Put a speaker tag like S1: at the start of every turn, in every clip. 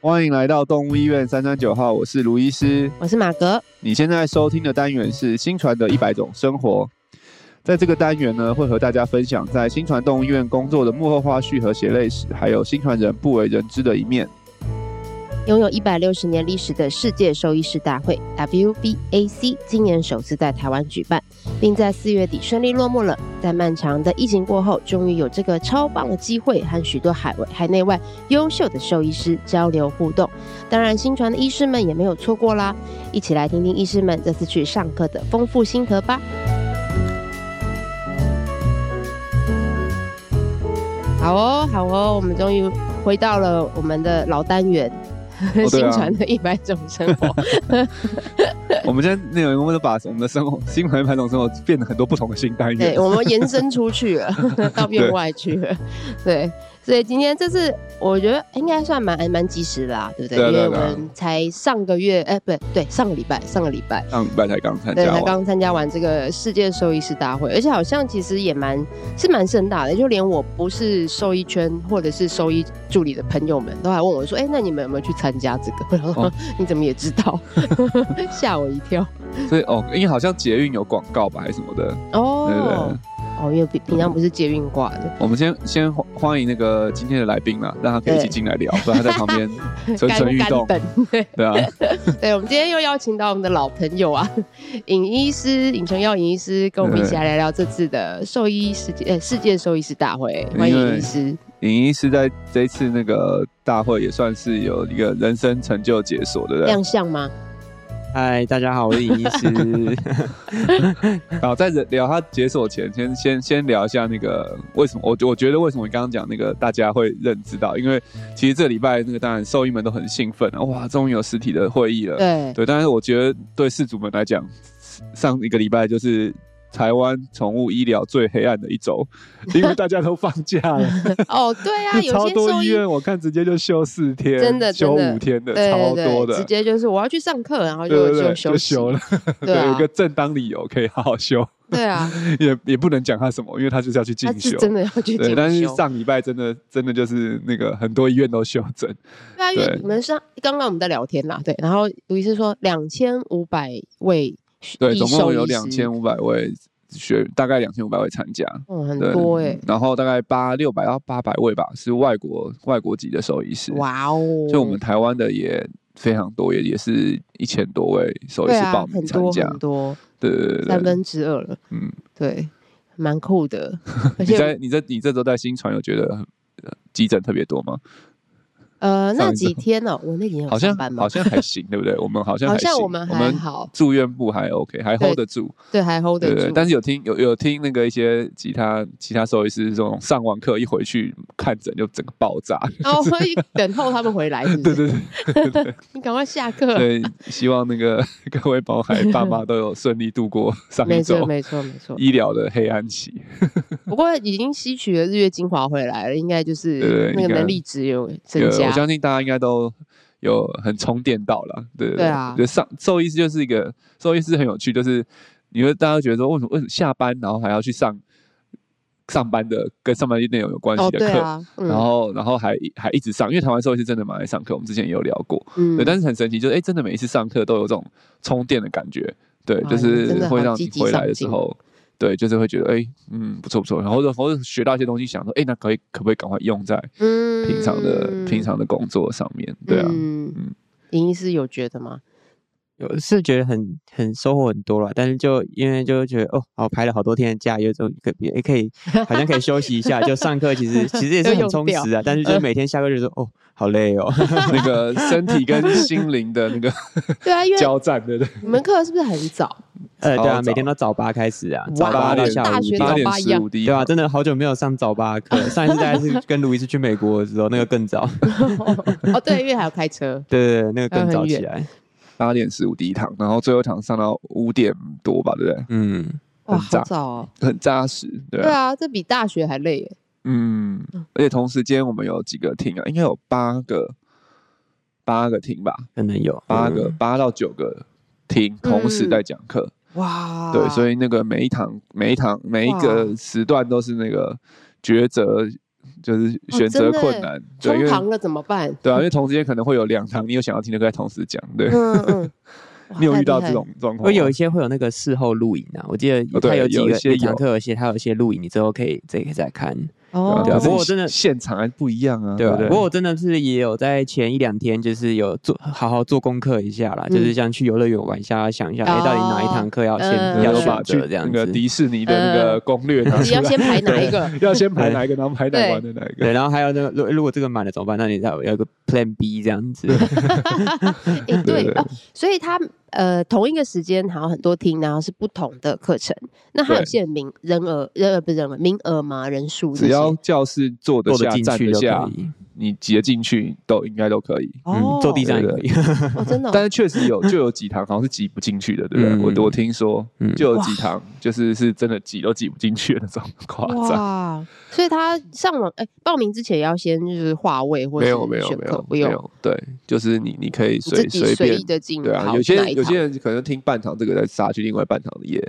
S1: 欢迎来到动物医院三三九号，我是卢医师。
S2: 我是马格，
S1: 你现在收听的单元是新传的一百种生活，在这个单元呢，会和大家分享在新传动物医院工作的幕后花絮和血泪史，还有新传人不为人知的一面。
S2: 拥有一百六十年历史的世界兽医师大会 （WBAC） 今年首次在台湾举办，并在四月底顺利落幕了。在漫长的疫情过后，终于有这个超棒的机会和许多海外、海内外优秀的兽医师交流互动。当然，新传的医师们也没有错过啦！一起来听听医师们这次去上课的丰富心得吧。好哦，好哦，我们终于回到了我们的老单元。
S1: 对啊
S2: 新传的一百种生活，
S1: 我们今天内容我们都把我们的生活新传一百种生活变得很多不同的新单
S2: 对
S1: 元。
S2: 我们延伸出去了，到院外去了，对，所以今天这次我觉得应该算蛮蛮及时的啦，对不对？
S1: 对啊
S2: 因
S1: 对啊
S2: 为我们才上个月，哎、不对，上个礼拜，上个礼拜，
S1: 上礼拜才刚参
S2: 对，
S1: 加哦
S2: 才
S1: 完，
S2: 刚参加完这个世界兽医师大会，而且好像其实也蛮是蛮盛大的，就连我不是兽医圈或者是兽医助理的朋友们都还问我说：“哎、那你们有没有去参加这个？” 然后、
S1: 哦
S2: 你怎么也知道， 吓我一跳。
S1: 所以哦，因为好像捷运有广告吧，还是什么的，
S2: 哦，
S1: 对不对？
S2: 哦，因为平平常不是捷运挂的，
S1: 我们先先欢欢迎那个今天的来宾啦，让他可以一起
S2: 对
S1: 进来聊，不然他在旁边 蠢蠢欲
S2: 干
S1: 动
S2: 干，等。
S1: 对啊，
S2: 对，我们今天又邀请到我们的老朋友啊， 尹医师，尹成耀尹医师，跟我们一起来聊聊这次的兽医世界呃世界兽医师大会，欢
S1: 因为
S2: 迎医师。
S1: 尹医师在这一次那个大会也算是有一个人生成就解锁，对不对？
S2: 亮相吗？
S3: 嗨，大家好，我是尹医师。
S1: 然后在聊他解锁前，先先先聊一下那个为什么我我觉得为什么你刚刚讲那个大家会认知到，因为其实这礼拜那个当然兽医们都很兴奋啊，哇，终于有实体的会议了。
S2: 对，
S1: 对，但是我觉得对饲主们来讲，上一个礼拜就是台湾宠物医疗最黑暗的一 周，因为大家都放假了，
S2: 哦， 对 啊，有
S1: 超
S2: 些
S1: 多
S2: 兽
S1: 医
S2: 医。
S1: 院我看直接就休四天，
S2: 真的
S1: 休
S2: 真的
S1: 五天的，
S2: 对
S1: 超
S2: 对
S1: 多
S2: 对，
S1: 的
S2: 直。接就是我要去上课，然后
S1: 对
S2: 就
S1: 对对，
S2: 休
S1: 就
S2: 息
S1: 休，了，
S2: 对啊
S1: 有一个正当理由可以好好休，
S2: 对啊，
S1: 也也不能讲他什么，因为他就是要去进
S2: 他是
S1: 修。
S2: 真的要去进
S1: 对，
S2: 修。
S1: 但是上礼拜真的真的就是那个很多医院都休整，
S2: 对啊，因为
S1: 对
S2: 你们上刚刚我们在聊天啦，对，然后卢医师说两千五百位
S1: 对，
S2: 医
S1: 总共
S2: 兽
S1: 有
S2: 医师
S1: 两千，五百位学，大概两千五百位参加，
S2: 嗯，很
S1: 对
S2: 多哎，
S1: 然后大概八六百到八百位吧，是外国外国籍的兽医师。！
S2: 哇哦！
S1: 所以我们台湾的也非常多，也也是一千多位兽医
S2: 对
S1: 师
S2: 啊
S1: 报，名
S2: 很
S1: 参
S2: 多
S1: 加。
S2: 很多，
S1: 对对对
S2: 三
S1: 对，
S2: 分之二了，
S1: 嗯，
S2: 对，蛮 酷的。而
S1: 你在
S2: 且
S1: 你在你这周在新传有觉得呃急诊特别多吗？
S2: 呃，那
S1: 上一周
S2: 几天呢，我那几天
S1: 好
S2: 有
S1: 像
S2: 上班吗
S1: 好？像还行，对不对？我们好像
S2: 好
S1: 还行，
S2: 像我们还好
S1: 住院部还 OK，还
S2: 对
S1: hold 得住，
S2: 对，还 hold
S1: 对
S2: 得
S1: 对。
S2: 住
S1: 对。但是有听有有听那个一些其他其他兽医师这种上完课一回去看诊就整个爆 炸，
S2: 然后会哦等候他们回来，是不
S1: 对
S2: 是？
S1: 对对。
S2: 你赶快下课。
S1: 对，希望那个 各位宝海爸妈都有顺利度过上一
S2: 没错，
S1: 周
S2: 没错，没错。
S1: 医疗的黑暗期。
S2: 不过已经吸取了日月精华回来了，应该就
S1: 对
S2: 是
S1: 对
S2: 那
S1: 应
S2: 个
S1: 该
S2: 能力值有
S1: 呃
S2: 增加
S1: 我。相信大家应该都有很充电到了。对
S2: 对啊
S1: 就上兽医师就是一个兽医师很有趣，就是你会大家会觉得说为什么为什么下班然后还要去上上班的跟上班内容有关系
S2: 哦，
S1: 的
S2: 对
S1: 课。
S2: 啊，
S1: 然
S2: 嗯
S1: 后，然后还还一直上，因为台湾兽医师真的蛮爱上课，我们之前也有聊过。
S2: 嗯
S1: 对，但是很神奇，就是哎、诶真的每一次上课都有这种充电的感觉，对，就
S2: 哇你哎真
S1: 是
S2: 的
S1: 会
S2: 好
S1: 让
S2: 积
S1: 你
S2: 极
S1: 回来
S2: 上
S1: 的时
S2: 进
S1: 候，对，就是会觉得哎、诶嗯，不错不错，然后或者学到一些东西，想说哎、诶那可以可不可以赶快用在
S2: 嗯
S1: 平常的、平常的工作上面？对啊，
S2: 嗯
S1: 嗯，
S2: 林医师有觉得吗？
S3: 有是觉得很很收获很多了，但是就因为就觉得哦，好排了好多天的假，有种可也可以好像可以休息一下，就上课其实其实也是
S2: 又
S3: 很
S2: 用
S3: 充
S2: 掉嗯
S3: 实啊，但是就是每天下课就说哦，好累 哦，
S1: 那个身体跟心灵的那个
S2: 对啊，因为
S1: 交战， 对不对？
S2: 你们课是不是很早？
S3: 呃，对
S1: 超
S3: 啊，每
S1: 早
S3: 天都早八开始啊，
S2: 哇
S3: 早八到
S1: 点
S3: 下
S2: 大
S3: 午
S2: 学
S3: 五
S1: 八
S2: 早
S3: 点。
S1: 点
S2: 八一
S1: 十
S2: 样
S1: 五第一
S3: 对啊，
S1: 堂，
S3: 真的好久没有上早八课了，上一次大概是跟卢医师去美国的时候，那个更早，
S2: 哦，对，因为还要开车。
S3: 对对对，
S2: 还有
S3: 那个更
S2: 嗯很
S3: 早起
S2: 远
S3: 来，
S1: 八点十五第一堂，然后最后一堂上到五点多吧，对不对？
S3: 嗯，
S2: 哇，
S1: 很早
S2: 好早哦！
S1: 很扎实，对
S2: 对
S1: 啊，
S2: 啊，这比大学还累耶。
S1: 嗯，而且同时间我们有几个厅啊，应该有八个八个厅吧，
S3: 可能有
S1: 八个
S3: 嗯
S1: 八到九个厅同
S2: 嗯
S1: 时在讲课，
S2: 哇，
S1: 对，所以那个每一堂每一堂每一个时段都是那个抉择就是选择
S2: 哦真的
S1: 困难，对，因
S2: 冲
S1: 为
S2: 堂了怎么办？
S1: 对啊，因为同时间可能会有两堂，你有想要听的歌，同时讲，对，
S2: 嗯嗯，哇
S1: 你有遇到
S2: 太
S1: 这
S2: 厉害
S1: 种状况
S3: 我
S1: 吗？
S3: 有一些会有那个事后录影啊，我记得
S1: 哦对
S3: 它有几
S1: 有
S3: 个
S1: 一些
S3: 有堂
S1: 有
S3: 课有些它有一些录影，你之后可以自己再看，
S1: 对啊，
S2: 哦，
S1: 对啊
S3: 不过
S1: 所以
S3: 我真的
S1: 现场还不一样啊，
S3: 对
S1: 不
S3: 啊，不过我真的是也有在前一两天，就是有做好好做功课一下啦，
S2: 嗯
S3: 就是像去游乐园玩一下，想一下，哎、
S2: 哦
S3: 到底哪一堂课要先、
S2: 嗯
S3: 要
S1: 有
S2: 嗯
S1: 把
S3: 选
S1: 去
S3: 择这样
S1: 那
S3: 子
S1: 个。迪士尼的那个
S2: 呃
S1: 攻略拿
S2: 自己
S1: 出
S2: 要
S1: 来，
S2: 先排哪一 个？
S1: 要先排哪一个，然后排哪
S2: 对
S1: 玩的哪一个
S3: 对，。然后还有那个，如如果这个满了怎么办？那你要有一个 Plan B 这 样子。
S2: 哎，对
S1: 对
S2: 哦，所以他呃同一个时间好像很多厅，然后是不同的课程，那它有
S1: 对
S2: 限名人额人额不是人额名额吗？人数这
S1: 只
S2: 些
S1: 要教室坐得
S3: 坐
S1: 下、
S3: 得进
S1: 站
S3: 去
S1: 得
S3: 就
S1: 下
S3: 可，以，
S1: 你挤得进去都应该都可以。
S2: 哦
S3: 嗯，坐地上也可以。
S2: 哦真的 哦
S1: 但是确实有，就有几堂好像是挤不进去的，对不对？
S3: 嗯
S1: 我我听说
S3: 嗯，
S1: 就有几堂就是是真的挤都挤不进去的那种，夸张。
S2: 哇，所以他上网哎报名之前也要先就是划位或者
S1: 没有没有
S2: 选
S1: 没
S2: 课
S1: 有
S2: 不
S1: 没
S2: 用，
S1: 有，对，就是你你可以
S2: 你自
S1: 随
S2: 己随
S1: 便
S2: 意的进
S1: 对啊，
S2: 好
S1: 有
S2: 哪
S1: 些
S2: 一
S1: 有
S2: 堂
S1: 些人可能听半场这个再杀去另外半场的也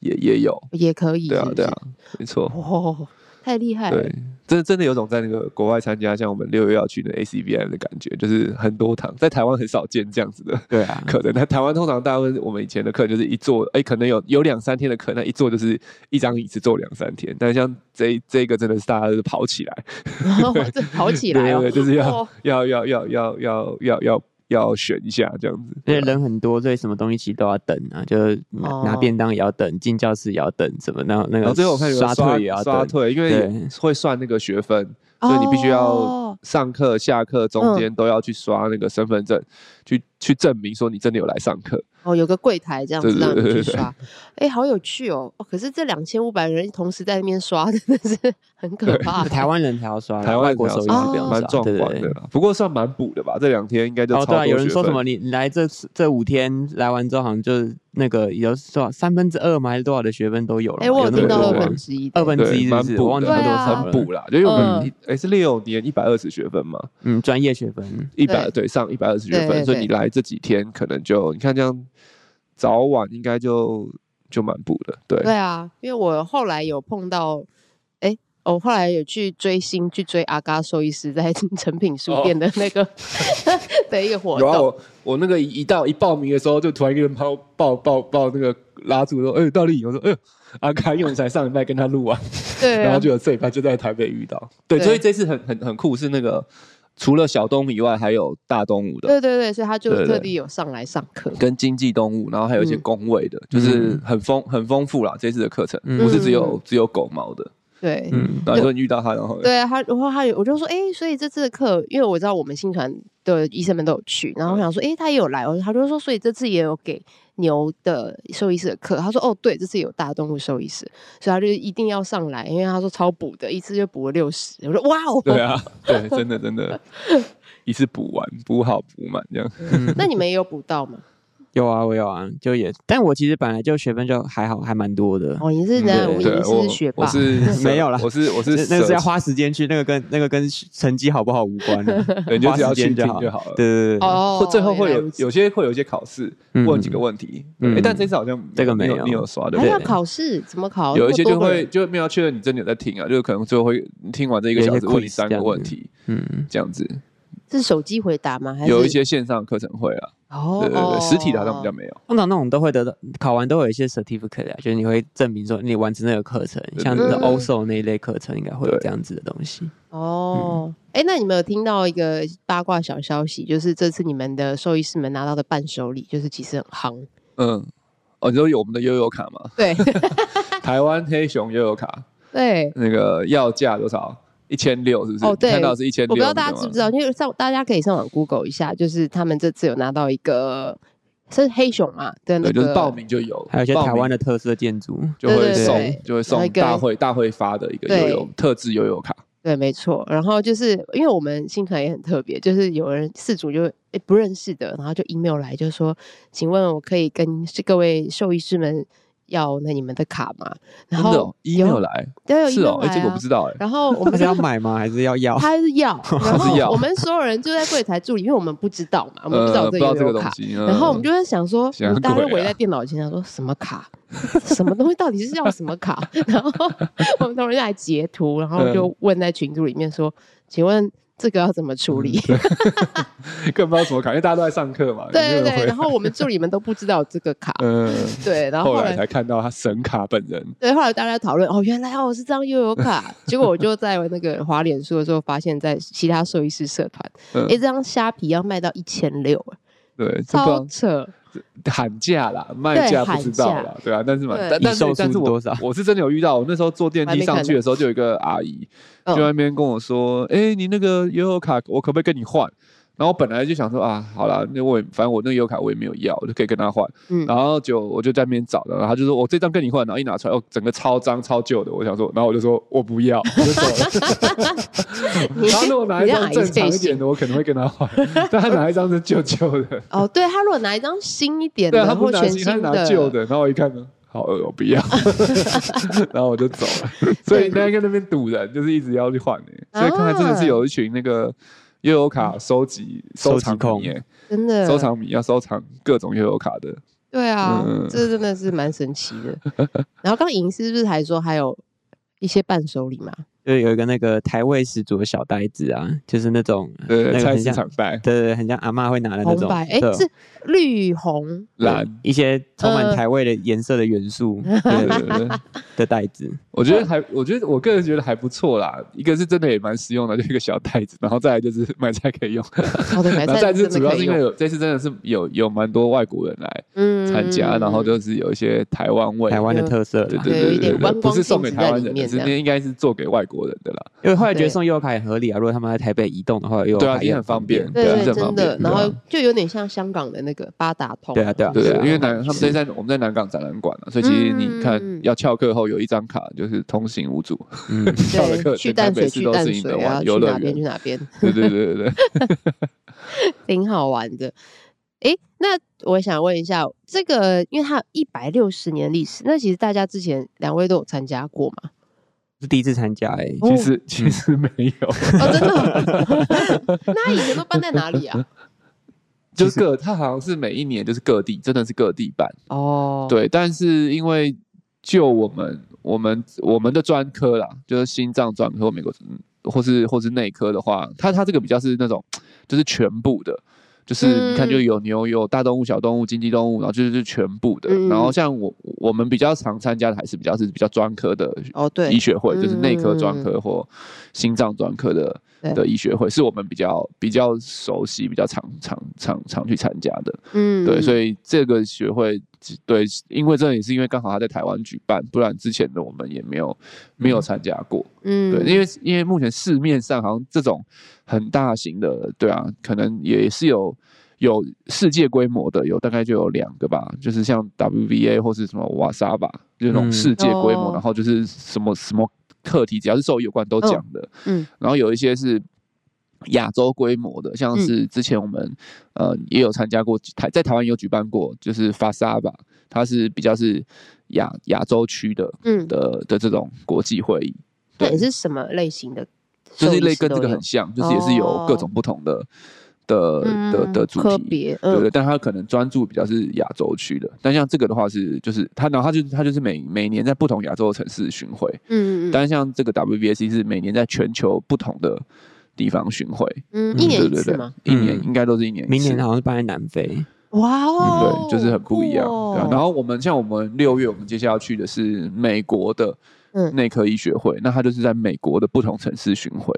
S1: 也也有，
S2: 也可以，
S1: 对啊
S2: 是不
S1: 对
S2: 是
S1: 啊，没错。
S2: 哦，太厉害了
S1: 对，，真的真的有种在那个国外参加像我们六月要去的 ACVM 的感觉，就是很多堂，在台湾很少见这样子的
S3: 对啊，
S1: 课程。那台湾通常大部分我们以前的课就是一坐，哎、可能有有两三天的课，那一坐就是一张椅子坐两三天。但是像这这个真的是大家都是跑起来，
S2: 这跑起来
S1: 对
S2: 哦
S1: 对对，，就是要、
S2: 哦
S1: 要要要要要要要要选一下这样子。
S3: 而且
S1: 对啊
S3: 人很多，所以什么东西其实都要等啊，就是拿
S2: 哦
S3: 拿便当也要等，进教室也要等，什么然后那
S1: 然
S3: 个
S1: 后最后我看有人
S3: 刷
S1: 刷
S3: 退也要
S1: 刷
S3: 等。
S1: 退，因为
S3: 对
S1: 会算那个学分，所以你必须要
S2: 哦嗯
S1: 上课、下课中间都要去刷那个身份证，去去证明说你真的有来上课。
S2: 哦，有个柜台这样子
S1: 对对
S2: 让你
S1: 对
S2: 去
S1: 对对
S2: 刷，哎，好有趣哦！哦，可是这两千五百人同时在那边刷，真的是 很可怕。
S3: 台湾人才要刷啦，
S1: 啊台
S3: 外
S1: 湾
S3: 国手
S1: 手
S3: 艺
S2: 刷
S3: 是不用
S1: 蛮
S3: 刷
S1: 壮
S3: 啊对对
S1: 观
S3: 对
S1: 的啦，不过算蛮补的吧。这两天应该就
S3: 哦，
S1: 超
S3: 对啊，
S1: 多
S3: 有人
S1: 学
S3: 说什
S1: 分
S3: 么你你来这这五天来完之后，好像就是那个有多少三分之二吗？还是多少的学分都有了？
S2: 哎，我有
S1: 那
S2: 听
S1: 么
S2: 到
S1: 多
S2: 二
S1: 吗
S2: 分之一的，
S3: 二分之
S1: 对，
S3: 一，
S1: 蛮
S3: 是不是？我
S1: 补
S3: 忘记
S1: 的，
S2: 对
S3: 多
S2: 啊
S3: 少
S1: 很
S3: 了。
S1: 补啦。就因为我
S2: 嗯
S1: 们一哎是六年一百二十学分嘛，
S3: 嗯，专业学分，
S1: 一百
S2: 对
S1: 对上一百二十
S2: 对
S1: 学分，所以
S2: 对
S1: 你来这几天可能就你看这样早晚应该就就蛮补的，对。
S2: 对啊，因为我后来有碰到，哎，我后来有去追星，去追阿嘎兽医师在 成品书店的那个
S1: 哦
S2: 的一个活
S1: 有啊，
S2: 动。
S1: 我我那个一一到一报名的时候，就突然一个人把我抱抱抱那个拉住说：“哎、到底我说，哎、呦，阿开用才上礼拜跟他录完，
S2: 对
S1: 然后
S2: 啊，
S1: 就有这礼拜就在台北遇到。对，
S2: 对
S1: 所以这次很很很酷，是那个除了小东以外，还有大东武的，
S2: 对对对，所以他就
S1: 对对
S2: 特地有上来上课。
S1: 跟经济东武，然后还有一些
S2: 嗯
S1: 工位的，就是很丰很丰富啦。这次的课程、
S3: 嗯
S1: 不是只有只有狗毛的。
S2: 对，
S3: 嗯，
S1: 然后你说你遇到他，然后
S2: 对啊，他，然后他有，我就说，哎、所以这次的课，因为我知道我们新传的医生们都有去，然后我
S1: 嗯
S2: 想说，哎、他也有来，哦，他就说，所以这次也有给牛的兽医师的课，他说，哦，对，这次有大动物兽医师，所以他就一定要上来，因为他说超补的，一次就补了六十，我说哇哦，
S1: 对啊，对，真的真的，一次补完补好补满这样。
S2: 那你们也有补到吗？
S3: 有啊，我有啊，就也，但我其实本来就学分就还好，还蛮多的。
S2: 哦，你是人家
S3: 对
S2: 我
S1: 嗯
S2: 以
S1: 对啊
S2: 为
S1: 我
S2: 是学
S1: 我
S2: 霸，
S1: 是
S3: 没有啦
S1: 我是我是
S3: 那那个
S1: 舍
S3: 是要花时间去，那个跟那个跟成绩好不好无关的，
S1: 对，你就
S3: 花
S1: 只要
S3: 时
S1: 去听
S3: 间就好。
S1: 就好了。
S3: 对对对对，
S2: 哦，
S1: 或最后会
S2: 原来
S1: 有
S2: 如此
S1: 有些会有一些考试，
S3: 嗯
S1: 问几个问题。
S3: 嗯
S1: 哎，但这次好像没有
S3: 这个没
S1: 你
S3: 有
S1: 有，你有刷对不
S2: 还
S1: 对
S2: 要？考试，怎么考？
S1: 有一
S2: 那么
S1: 些
S2: 多
S1: 就
S2: 个
S1: 会
S2: 人
S1: 就没有确认你真的有在听啊，就是可能最后会你听完这一个小时
S3: 有一些
S1: 问你
S3: quiz
S1: 三
S3: 这
S1: 个
S3: 样子
S1: 问题，
S3: 嗯，
S1: 这样子。
S2: 是手机回答吗？还是
S1: 有一些线上课程会啊，
S2: 哦，
S1: 对对对，实体的好像比较
S2: 哦
S1: 没有。
S3: 通常那种都会得到考完都会有一些 certificate 啊，就是你会证明说你完成那个课程，
S1: 对
S3: 像是
S2: 对对
S3: OSO 那一类课程应该会有
S1: 对
S3: 这样子的东西。
S2: 哦，哎、那你们有听到一个八卦小消息，就是这次你们的兽医师们拿到的伴手礼，就是其实很夯。
S1: 嗯，哦，你说有我们的悠悠卡吗？
S2: 对啊
S1: 台湾黑熊悠悠卡
S2: 对，
S1: 那个要价多少？一千六是不是？
S2: 哦
S1: 你
S2: 对
S1: 看到是一千
S2: 我
S1: 六，
S2: 不知道大家知不知
S1: 道？
S2: 道，因为上大家可以上网 Google 一下，就是他们这次有拿到一个是黑熊嘛的那
S1: 对，
S2: 个
S1: 就是报名就有，
S3: 还有一些
S1: 报
S3: 台
S1: 名
S3: 湾的特色建筑，
S1: 就
S2: 对
S1: 会
S2: 对对
S1: 送就会
S2: 然后
S1: 送
S2: 一个
S1: 大会大会发的一个悠悠特制悠悠卡，
S2: 对，没错。然后就是因为我们新传也很特别，就是有人事主就诶不认识的，然后就 email 来，就说：“请问我可以跟是各位兽医师们要那你们的卡嘛，然
S1: 真的
S2: 后
S1: 哦，email 来，
S2: 都有 email
S1: 是哦，哎，
S2: 来
S1: 这个我
S2: 啊
S1: 不知道哎。
S2: 然后我
S3: 他
S2: 们
S3: 是
S2: 就
S3: 要买吗？ 还是要要？
S2: 他是要，然后
S1: 要
S2: 我们所有人就在柜台助理，因为我们不知道嘛，我们不知道
S1: 呃
S2: 有
S1: 不
S2: 这
S1: 知
S2: 个
S1: 道这
S2: 悠
S1: 个
S2: 游
S1: 东
S2: 卡，
S1: 西，
S2: 然后我
S1: 嗯
S2: 们就在想说，
S1: 想
S2: 大家
S1: 鬼
S2: 就围
S1: 啊
S2: 在电脑前想说什么卡， 什么东西到底是要什么卡？ 然后我们同事就来截图，然后
S1: 嗯
S2: 就问在群组里面说，请问这个要怎么处理？
S1: 嗯更不知道怎么看，因为大家都在上课嘛。
S2: 对
S1: 有
S2: 对
S1: 没有人
S2: 对，
S1: 会
S2: 然后我们助理们都不知道这个卡，
S1: 嗯，
S2: 对，然后
S1: 后
S2: 后
S1: 来
S2: 来
S1: 才看到他神卡本人，
S2: 对，后来大家讨论哦，原来哦是这张悠游卡，结果我就在那个滑脸书的时候，发现在其他兽医师社团，
S1: 嗯
S2: 哎、这张虾皮要卖到一千六，
S1: 对，这不知
S2: 超
S1: 道
S2: 扯，
S1: 喊价啦，卖价不知道啦，对啊，但是嘛，
S2: 对
S1: 但但
S3: 你售
S1: 是
S3: 出
S1: 但是我
S3: 多少
S1: 我是真的有遇到，我那时候坐电
S2: 我还
S1: 梯
S2: 没看
S1: 上去的时候，就有一个阿姨
S2: 嗯
S1: 就在那边跟我说：“哎，你那个悠游卡，我可不可以跟你换？”然后我本来就想说啊，好啦，那我也反正我那个悠游卡我也没有要，我就可以跟他换。
S2: 嗯
S1: 然后就我就在那边找，然后他就说我这张跟你换，然后一拿出来，哦，整个超脏超旧的，我想说，然后我就说我不要，我就走 了。
S2: 你
S1: 然后如果拿一张正常一点的，我可能会跟他换，但他拿一张是旧旧的，
S2: 哦，对他如果拿一张新一点
S1: 对啊，
S2: 的
S1: 他不
S2: 或
S1: 拿
S2: 全
S1: 新，他是
S2: 新
S1: 拿
S2: 的，
S1: 旧的，然后我一看呢。好饿，我不 要， 然后我就走了。所以那个那边堵人，就是一直要去换
S2: 啊
S1: 欸所以看来真的是有一群那个悠游
S2: 嗯
S1: 卡收集收藏
S3: 收
S1: 迷
S3: 集
S1: 欸，
S2: 真的
S1: 收藏迷要收藏各种悠游卡的。
S2: 对啊，
S1: 嗯
S2: 这真的是蛮神奇的。然后刚刚莹是不是还说还有一些伴手礼嘛？
S3: 就有一个那个台味十足的小袋子啊，就是那种
S1: 对，
S3: 那个
S1: 菜
S3: 很
S1: 市
S3: 像，
S1: 场袋
S3: 对对，对很像阿嬷会拿的那
S2: 红
S3: 种，
S2: 白哎、
S3: 对
S2: 是绿红
S1: 蓝，
S3: 一些充满
S2: 呃
S3: 台味的颜色的元 素
S1: 对对对。对
S3: 的袋子，
S1: 我觉得还，我觉得我个人觉得还不错啦。一个是真的也蛮实用的，就一个小袋子，然后再来就是 买菜可以用，
S2: 哦对，买
S1: 然后再
S2: 菜
S1: 来是
S2: 真的
S1: 主要
S2: 可
S1: 是
S2: 以
S1: 因为
S2: 用，
S1: 有这次真的是有有蛮多外国人来
S2: 嗯
S1: 参加，然后
S2: 就
S1: 就是有一些台湾味，
S3: 台湾的
S2: 有
S3: 特色
S1: 对
S3: 啦。
S1: 对
S2: 有
S1: 对
S2: 一点
S1: 对对，
S2: 观
S1: 不
S2: 光
S1: 是送给
S2: 性质在
S1: 台湾
S2: 里
S1: 人的，
S2: 面
S1: 是
S2: 这
S1: 那应该是做给外国人的啦。
S3: 因为后来觉
S2: 对
S3: 得送悠游卡也合理啊，如果他们在台北移动的话，悠游
S1: 对啊
S3: 卡
S1: 也
S3: 也
S1: 很
S3: 很
S1: 方
S3: 方便
S1: 便。
S2: 对
S1: 对啊
S2: 对，
S1: 这蛮
S2: 真的，
S1: 便利的
S2: 然
S1: 啊
S2: 后就有点像香港的那个八达通。
S3: 对啊对啊
S1: 对
S3: 是
S1: 对，因为南
S2: 是
S1: 他们这在我们在南港展览馆啊，所以其实你看
S2: 嗯
S1: 要翘课后有一张卡，就是通行无阻，
S3: 嗯，
S1: 跳的
S2: 对
S1: 课
S2: 去
S1: 全台
S2: 淡
S1: 北
S2: 水
S1: 市
S2: 去
S1: 都是
S2: 淡
S1: 你的
S2: 水啊，
S1: 玩
S2: 去
S1: 游乐
S2: 哪边
S1: 园
S2: 去哪边，
S1: 对对对对对。
S2: 啊挺好玩的。诶，那我想问一下，这个因为它有一百六十年历史，那其实大家之前两位都有参加过 嘛？
S3: 是第一次参加哎、欸，
S1: 其实其实没有，
S2: 哦，真的？ 那它以前都办在哪里 啊？
S1: 就是各它好像是每一年就是各地，真的是各地办。
S2: 哦，，
S1: 对，但是因为就我们我们我们的专科啦，就是心脏专科，美国嗯或是或是内科的话，它它这个比较是那种就是全部的。就是你看，就
S2: 嗯
S1: 有牛有大动物、小动物、经济动物，然后就是就是全部的。然后
S2: 嗯
S1: 像我我们比较常参加的，还是比较是比较专科的
S2: 哦对
S1: 医学会，就是内科专
S2: 嗯
S1: 科或心脏专科的
S2: 对
S1: 的医学会，是我们比较比较熟悉、比较常常常常去参加的。
S2: 嗯
S1: 对，所
S2: 以
S1: 以这个学会对，因为这也是因为刚好他在台湾举办，不然之前的我们也没有没有参加过。
S2: 嗯
S1: 对，因为因为目前市面上好像这种很大型的，对啊，可能也是有有世界规模的，有大概就有两个吧，就是像 WVA 或是什么瓦沙吧，就那种
S3: 嗯
S1: 世界规模，
S2: 哦
S1: 然后就是什么什么课题，只要是兽医有关都讲的。
S2: 嗯
S1: 然后有一些是亚洲规模的，
S2: 嗯
S1: 像是之前我们、呃也有参加过台在台湾有举办过，就是法沙吧，它是比较是亚亚洲区的
S2: 嗯，
S1: 的的这种国际会议，
S2: 那也是什么类型的兽
S1: 就
S2: 医师都有？哦
S1: 是类跟这个很像，就是也是有各种不同的、的的的
S2: 嗯
S1: 主
S2: 科
S1: 题。
S2: 别，
S1: 对
S2: 嗯
S1: 对，但它可能专注比较是亚洲区的，但像这个的话是就是它，然后它就它就是每每年在不同亚洲的城市巡回，
S2: 嗯嗯
S1: 但像这个 WBAC 是每年在全球不同的地方巡回，
S2: 嗯，一
S3: 嗯
S2: 年
S1: 对
S2: 一
S1: 对
S2: 次
S1: 对
S2: 吗？，
S1: 一年
S3: 嗯
S1: 应该都是一年一次，
S3: 明年好像是办在南非，
S2: 哇哦
S1: 嗯对，，就是很不一样。
S2: 酷
S1: 对啊
S2: 哦
S1: 然后我们像我们六月，我们接下来要去的是美国的
S2: 嗯
S1: 内科医学会，那它就是在美国的不同城市巡回，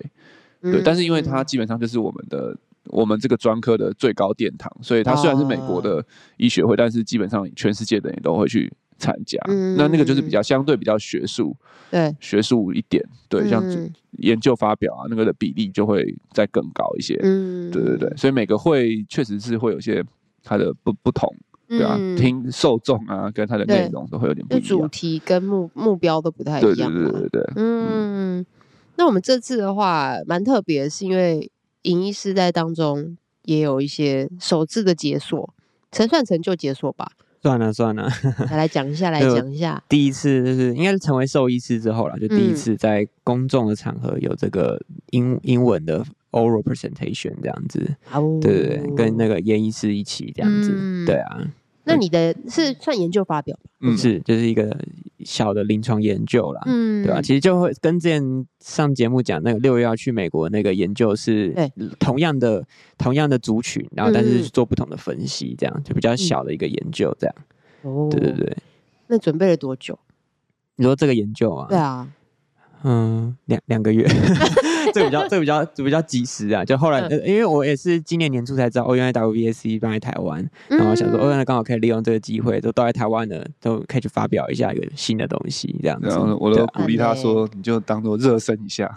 S1: 对。
S2: 嗯
S1: 但是因为它
S2: 嗯
S1: 基本上就是我们的我们这个专科的最高殿堂，所以它虽然是美
S2: 哦
S1: 国的医学会，但是基本上全世界的人也都会去参加。
S2: 嗯
S1: 那那个就是比较相对比较学术
S2: 对
S1: 学术一点，对，像
S2: 嗯
S1: 研究发表啊那个的比例就会再更高一些。
S2: 嗯，
S1: 对对对，所以每个会确实是会有一些它的不不同，
S2: 嗯，
S1: 对啊，听受众啊跟它的内
S2: 对
S1: 容都会有点不一
S2: 就主
S1: 样。
S2: 题跟目目标都不太
S1: 对
S2: 一
S1: 对
S2: 样
S1: 对
S2: 嘛。
S1: 对对，
S2: 嗯，那我们这次的话蛮特别，是因为银医 师在当中也有一些首次的解锁，成算成就解锁吧。
S3: 算了算了，
S2: 来来讲一下，来
S3: 对我
S2: 讲一下，
S3: 第一次就是应该是成为兽医师之后啦，
S2: 嗯
S3: 就第一次在公众的场合有这个英英文的 oral presentation 这样子，
S2: 好哦，
S3: 对对对，跟那个严医师一起这样子，
S2: 嗯
S3: 对啊，
S2: 那你的是算研究发表吧？
S1: 嗯
S3: 是就是一个小的临床研究
S1: 啊
S3: 啦，
S2: 嗯
S3: 对吧、啊其实就会跟之前上节目讲那个六月要去美国那个研究是
S2: 对
S3: 同样的同样的族群，然后
S2: 嗯
S3: 但是
S2: 嗯
S3: 做不同的分析，这样就比较小的一个研究，这样、
S2: 哦
S3: 对对。对。
S2: 那准备了多久？
S3: 你说这个研究啊，
S2: 对啊，
S3: 嗯，两两 个月，这个比较这个比较这个比较及时啊。就后来、
S2: 嗯
S3: 呃因为我也是今年年初才知道，哦，原来 WBSC 办在台湾，然后想
S2: 嗯
S3: 说，哦，那刚好可以利用这个机会，都到在台湾了，都可以去发表一下一个新的东西，这样子。
S1: 然后我
S3: 对
S1: 都
S3: 啊
S1: 鼓励他说，你就当做热身一下，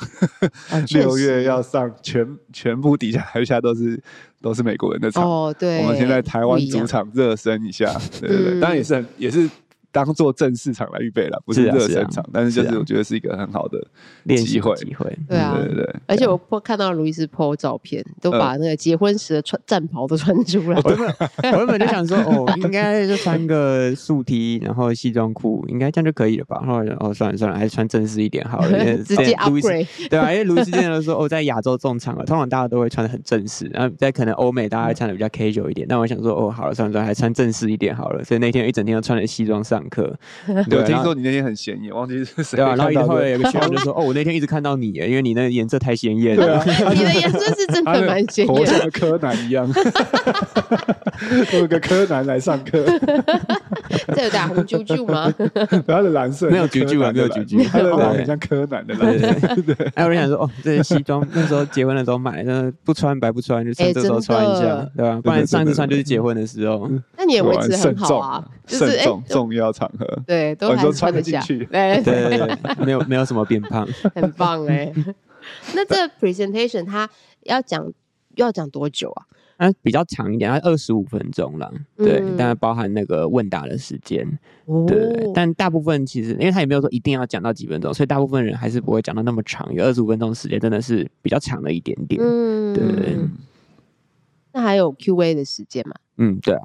S1: 呃
S2: 哦
S1: 六月要上全全部底下台下都是都是美国人的场，
S2: 哦，对，
S1: 我们先在台湾
S2: 不一样
S1: 主场热身一 下，对对
S2: 嗯
S1: 对，当然也是很也是。当做正式场来预备了，不是
S3: 是啊
S1: 热
S3: 是
S1: 身
S3: 啊
S1: 场，但是就是是
S3: 啊
S1: 我觉得是一个很好的，
S3: 练习
S1: 机会
S3: 的 机会，嗯
S2: 对啊
S1: 对对对，
S2: 而且我 po- 看到卢易斯 PO 照片，都把那个结婚时的穿战袍都穿出来，
S3: 我原 本 我原本就想说，哦，应该就穿个素 T，然后西装裤，应该这样就可以了吧？后来就哦，算了算了，还是穿正式一点好了。因为
S2: 直接
S3: 之前路易斯
S2: upgrade。
S3: 对啊，因为卢易斯之前都说，哦，在亚洲这种场合，通常大家都会穿的很正式，然后在可能欧美大家会穿的比较 casual 一点。但我想说，哦，好了，算了算了，还穿正式一点好了。所以那天一整天都穿着西装上 课，
S1: 对，
S3: 对啊
S1: 我听
S3: 然后
S1: 说你那天很显眼，忘记是谁
S3: 对啊，
S1: 看
S3: 然
S1: 到的。
S3: 后一后来有个学长就 说，哦，我那天一直看到你耶，因为你那个颜色太鲜艳
S1: 对
S3: 了
S1: 啊。
S2: 你的颜色是 真
S1: 他
S2: 的蛮鲜
S1: 活
S2: 艳，
S1: 像柯南一样，有个柯南来上 课，
S2: 这有打红啾啾吗？
S1: 他的蓝色
S3: 没有
S1: 是柯
S3: 橘橘
S1: 南
S3: 啊没有
S1: 的蓝
S3: 橘橘
S1: 他的蓝
S3: 对
S1: 很像柯南的
S3: 对
S1: 蓝。
S3: 对对对，哎，我就想说，哦，这些西装那时候结婚的时候买，的，不穿白不穿，就趁
S2: 哎
S3: 这时候
S2: 真的
S3: 穿一下，对吧、不
S1: 对对
S3: 然
S1: 对
S3: 上一次穿
S1: 对
S3: 就是结婚的时候，
S1: 嗯
S2: 那你也维
S1: 果然
S2: 持
S1: 慎
S2: 很好
S1: 重
S2: 啊，就
S1: 慎
S2: 是哎，
S1: 重
S2: 都
S1: 重要场合，
S2: 对，都
S1: 哦你
S2: 还
S1: 说
S2: 是穿
S1: 穿
S2: 得
S1: 得进
S2: 下
S1: 去，
S2: 对
S3: 对对对，对没有没有什么变胖。
S2: 很棒哎。 那这 presentation 它要讲要讲多久啊？
S3: 它比较长一点，啊它二十五分钟啦，对，
S2: 嗯
S3: 但包含那个问答的时间，
S2: 哦
S3: 对对对。但大部分其实，因为它也没有说一定要讲到几分钟，所以大部分人还是不会讲到那么长，有二十五分钟时间真的是比较长了一点点。
S2: 嗯，
S3: 对对对
S2: 那还有 Q&A 的时间嘛？
S3: 嗯，对啊，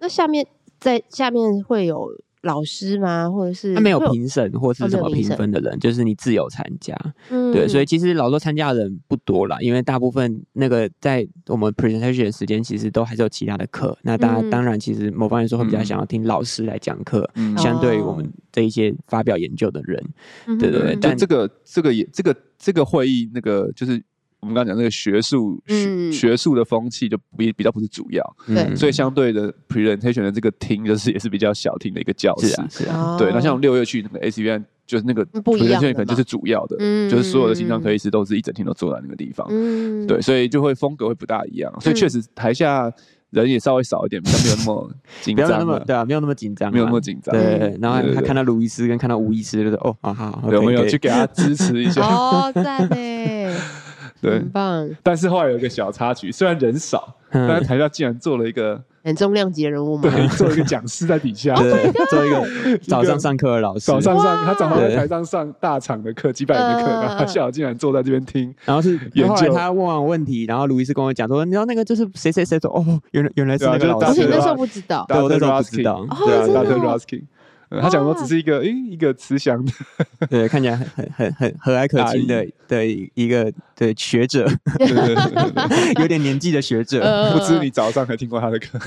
S2: 那下面在下面会有老师吗？或者是
S3: 它没有
S2: 会
S3: 评审或
S2: 嗯哦
S3: 是
S2: 没
S3: 什
S2: 有
S3: 么
S2: 评
S3: 评
S2: 审
S3: 分的人，就是你自由参加。
S2: 嗯
S3: 对，所以其实老实说参加的人不多啦，因为大部分那个在我们 presentation 的时间，其实都还是有其他的课。那大
S2: 嗯
S3: 家当然其实某方面说会比较想要听老师来讲课，
S1: 嗯
S3: 相对于
S2: 哦
S3: 我们这一些发表研究的人，对对对
S2: 嗯
S1: 但
S3: 但
S1: 这个这个也这个这个会议那个就是我们刚刚讲那个学术学
S2: 嗯
S1: 学术的风气就比比较不是主要，
S2: 对
S3: 嗯
S1: 所以相对的 presentation 的这个厅就是也是比较小厅的一个教
S3: 是
S1: 室
S3: 啊，是啊，
S2: 哦嗯
S1: 对，那像六月去那个 S U N 就是那个
S2: 不一样的
S1: presentation 可能就是主要的，
S2: 嗯
S1: 就是所有的心脏科医师都是一整天都坐在那个地方，
S2: 嗯
S1: 对，所以就会风格会不大一样，所以确实台下人也稍微少一点，比较没有那 么紧
S3: 不要那
S1: 张
S3: 么
S1: 了。
S3: 对啊，没有那么紧张啊，
S1: 没有那么紧张
S3: 对，对对
S1: 对
S3: 然
S1: 对
S3: 后他
S1: 对
S3: 看到卢医师跟看到吴医师，就是哦，好好，好
S1: 对，我们有
S3: 可以
S1: 去给他支持一下，
S2: 哦， 赞呢，
S1: 对
S2: 很。棒，
S1: 但是后来有一个小插曲，虽然人少，
S3: 嗯
S1: 但是台下竟然做了一个
S2: 很重量级的人物嘛，
S1: 对，做了一个讲师在底下，
S2: 哦 Oh
S3: 对对对做一个早上上课的老师，
S1: 早上上他早上在
S3: 对
S1: 台上上大场的课，几百人的课，
S2: 嗯嗯嗯
S1: 然后他下午竟然坐在这边听，
S3: 然后是
S1: 研
S3: 后来
S1: 究
S3: 他问完问题，然后卢医师跟我讲说，你知道那个就是谁谁谁说，哦，原来原来是
S1: 对啊
S3: 那个
S1: 就是
S3: 老
S1: 大
S2: 而
S1: 家
S2: 且
S3: 师
S1: 觉
S2: 那
S1: 得
S2: 时候不知道，
S3: 对我那时候
S1: Dr.
S3: 不知道
S1: Raskin，
S2: 哦
S1: 对啊
S2: 真的
S1: ，Dr.
S2: 哦
S1: Raskin，嗯他讲说只是一个诶一个慈祥的，
S3: 对，看起来很很很很和蔼可亲
S1: 阿
S3: 的的一个对学 者，
S1: 对对对对对
S3: 有点年纪的学者。
S2: 呃
S1: 不知你早上还听过他的课，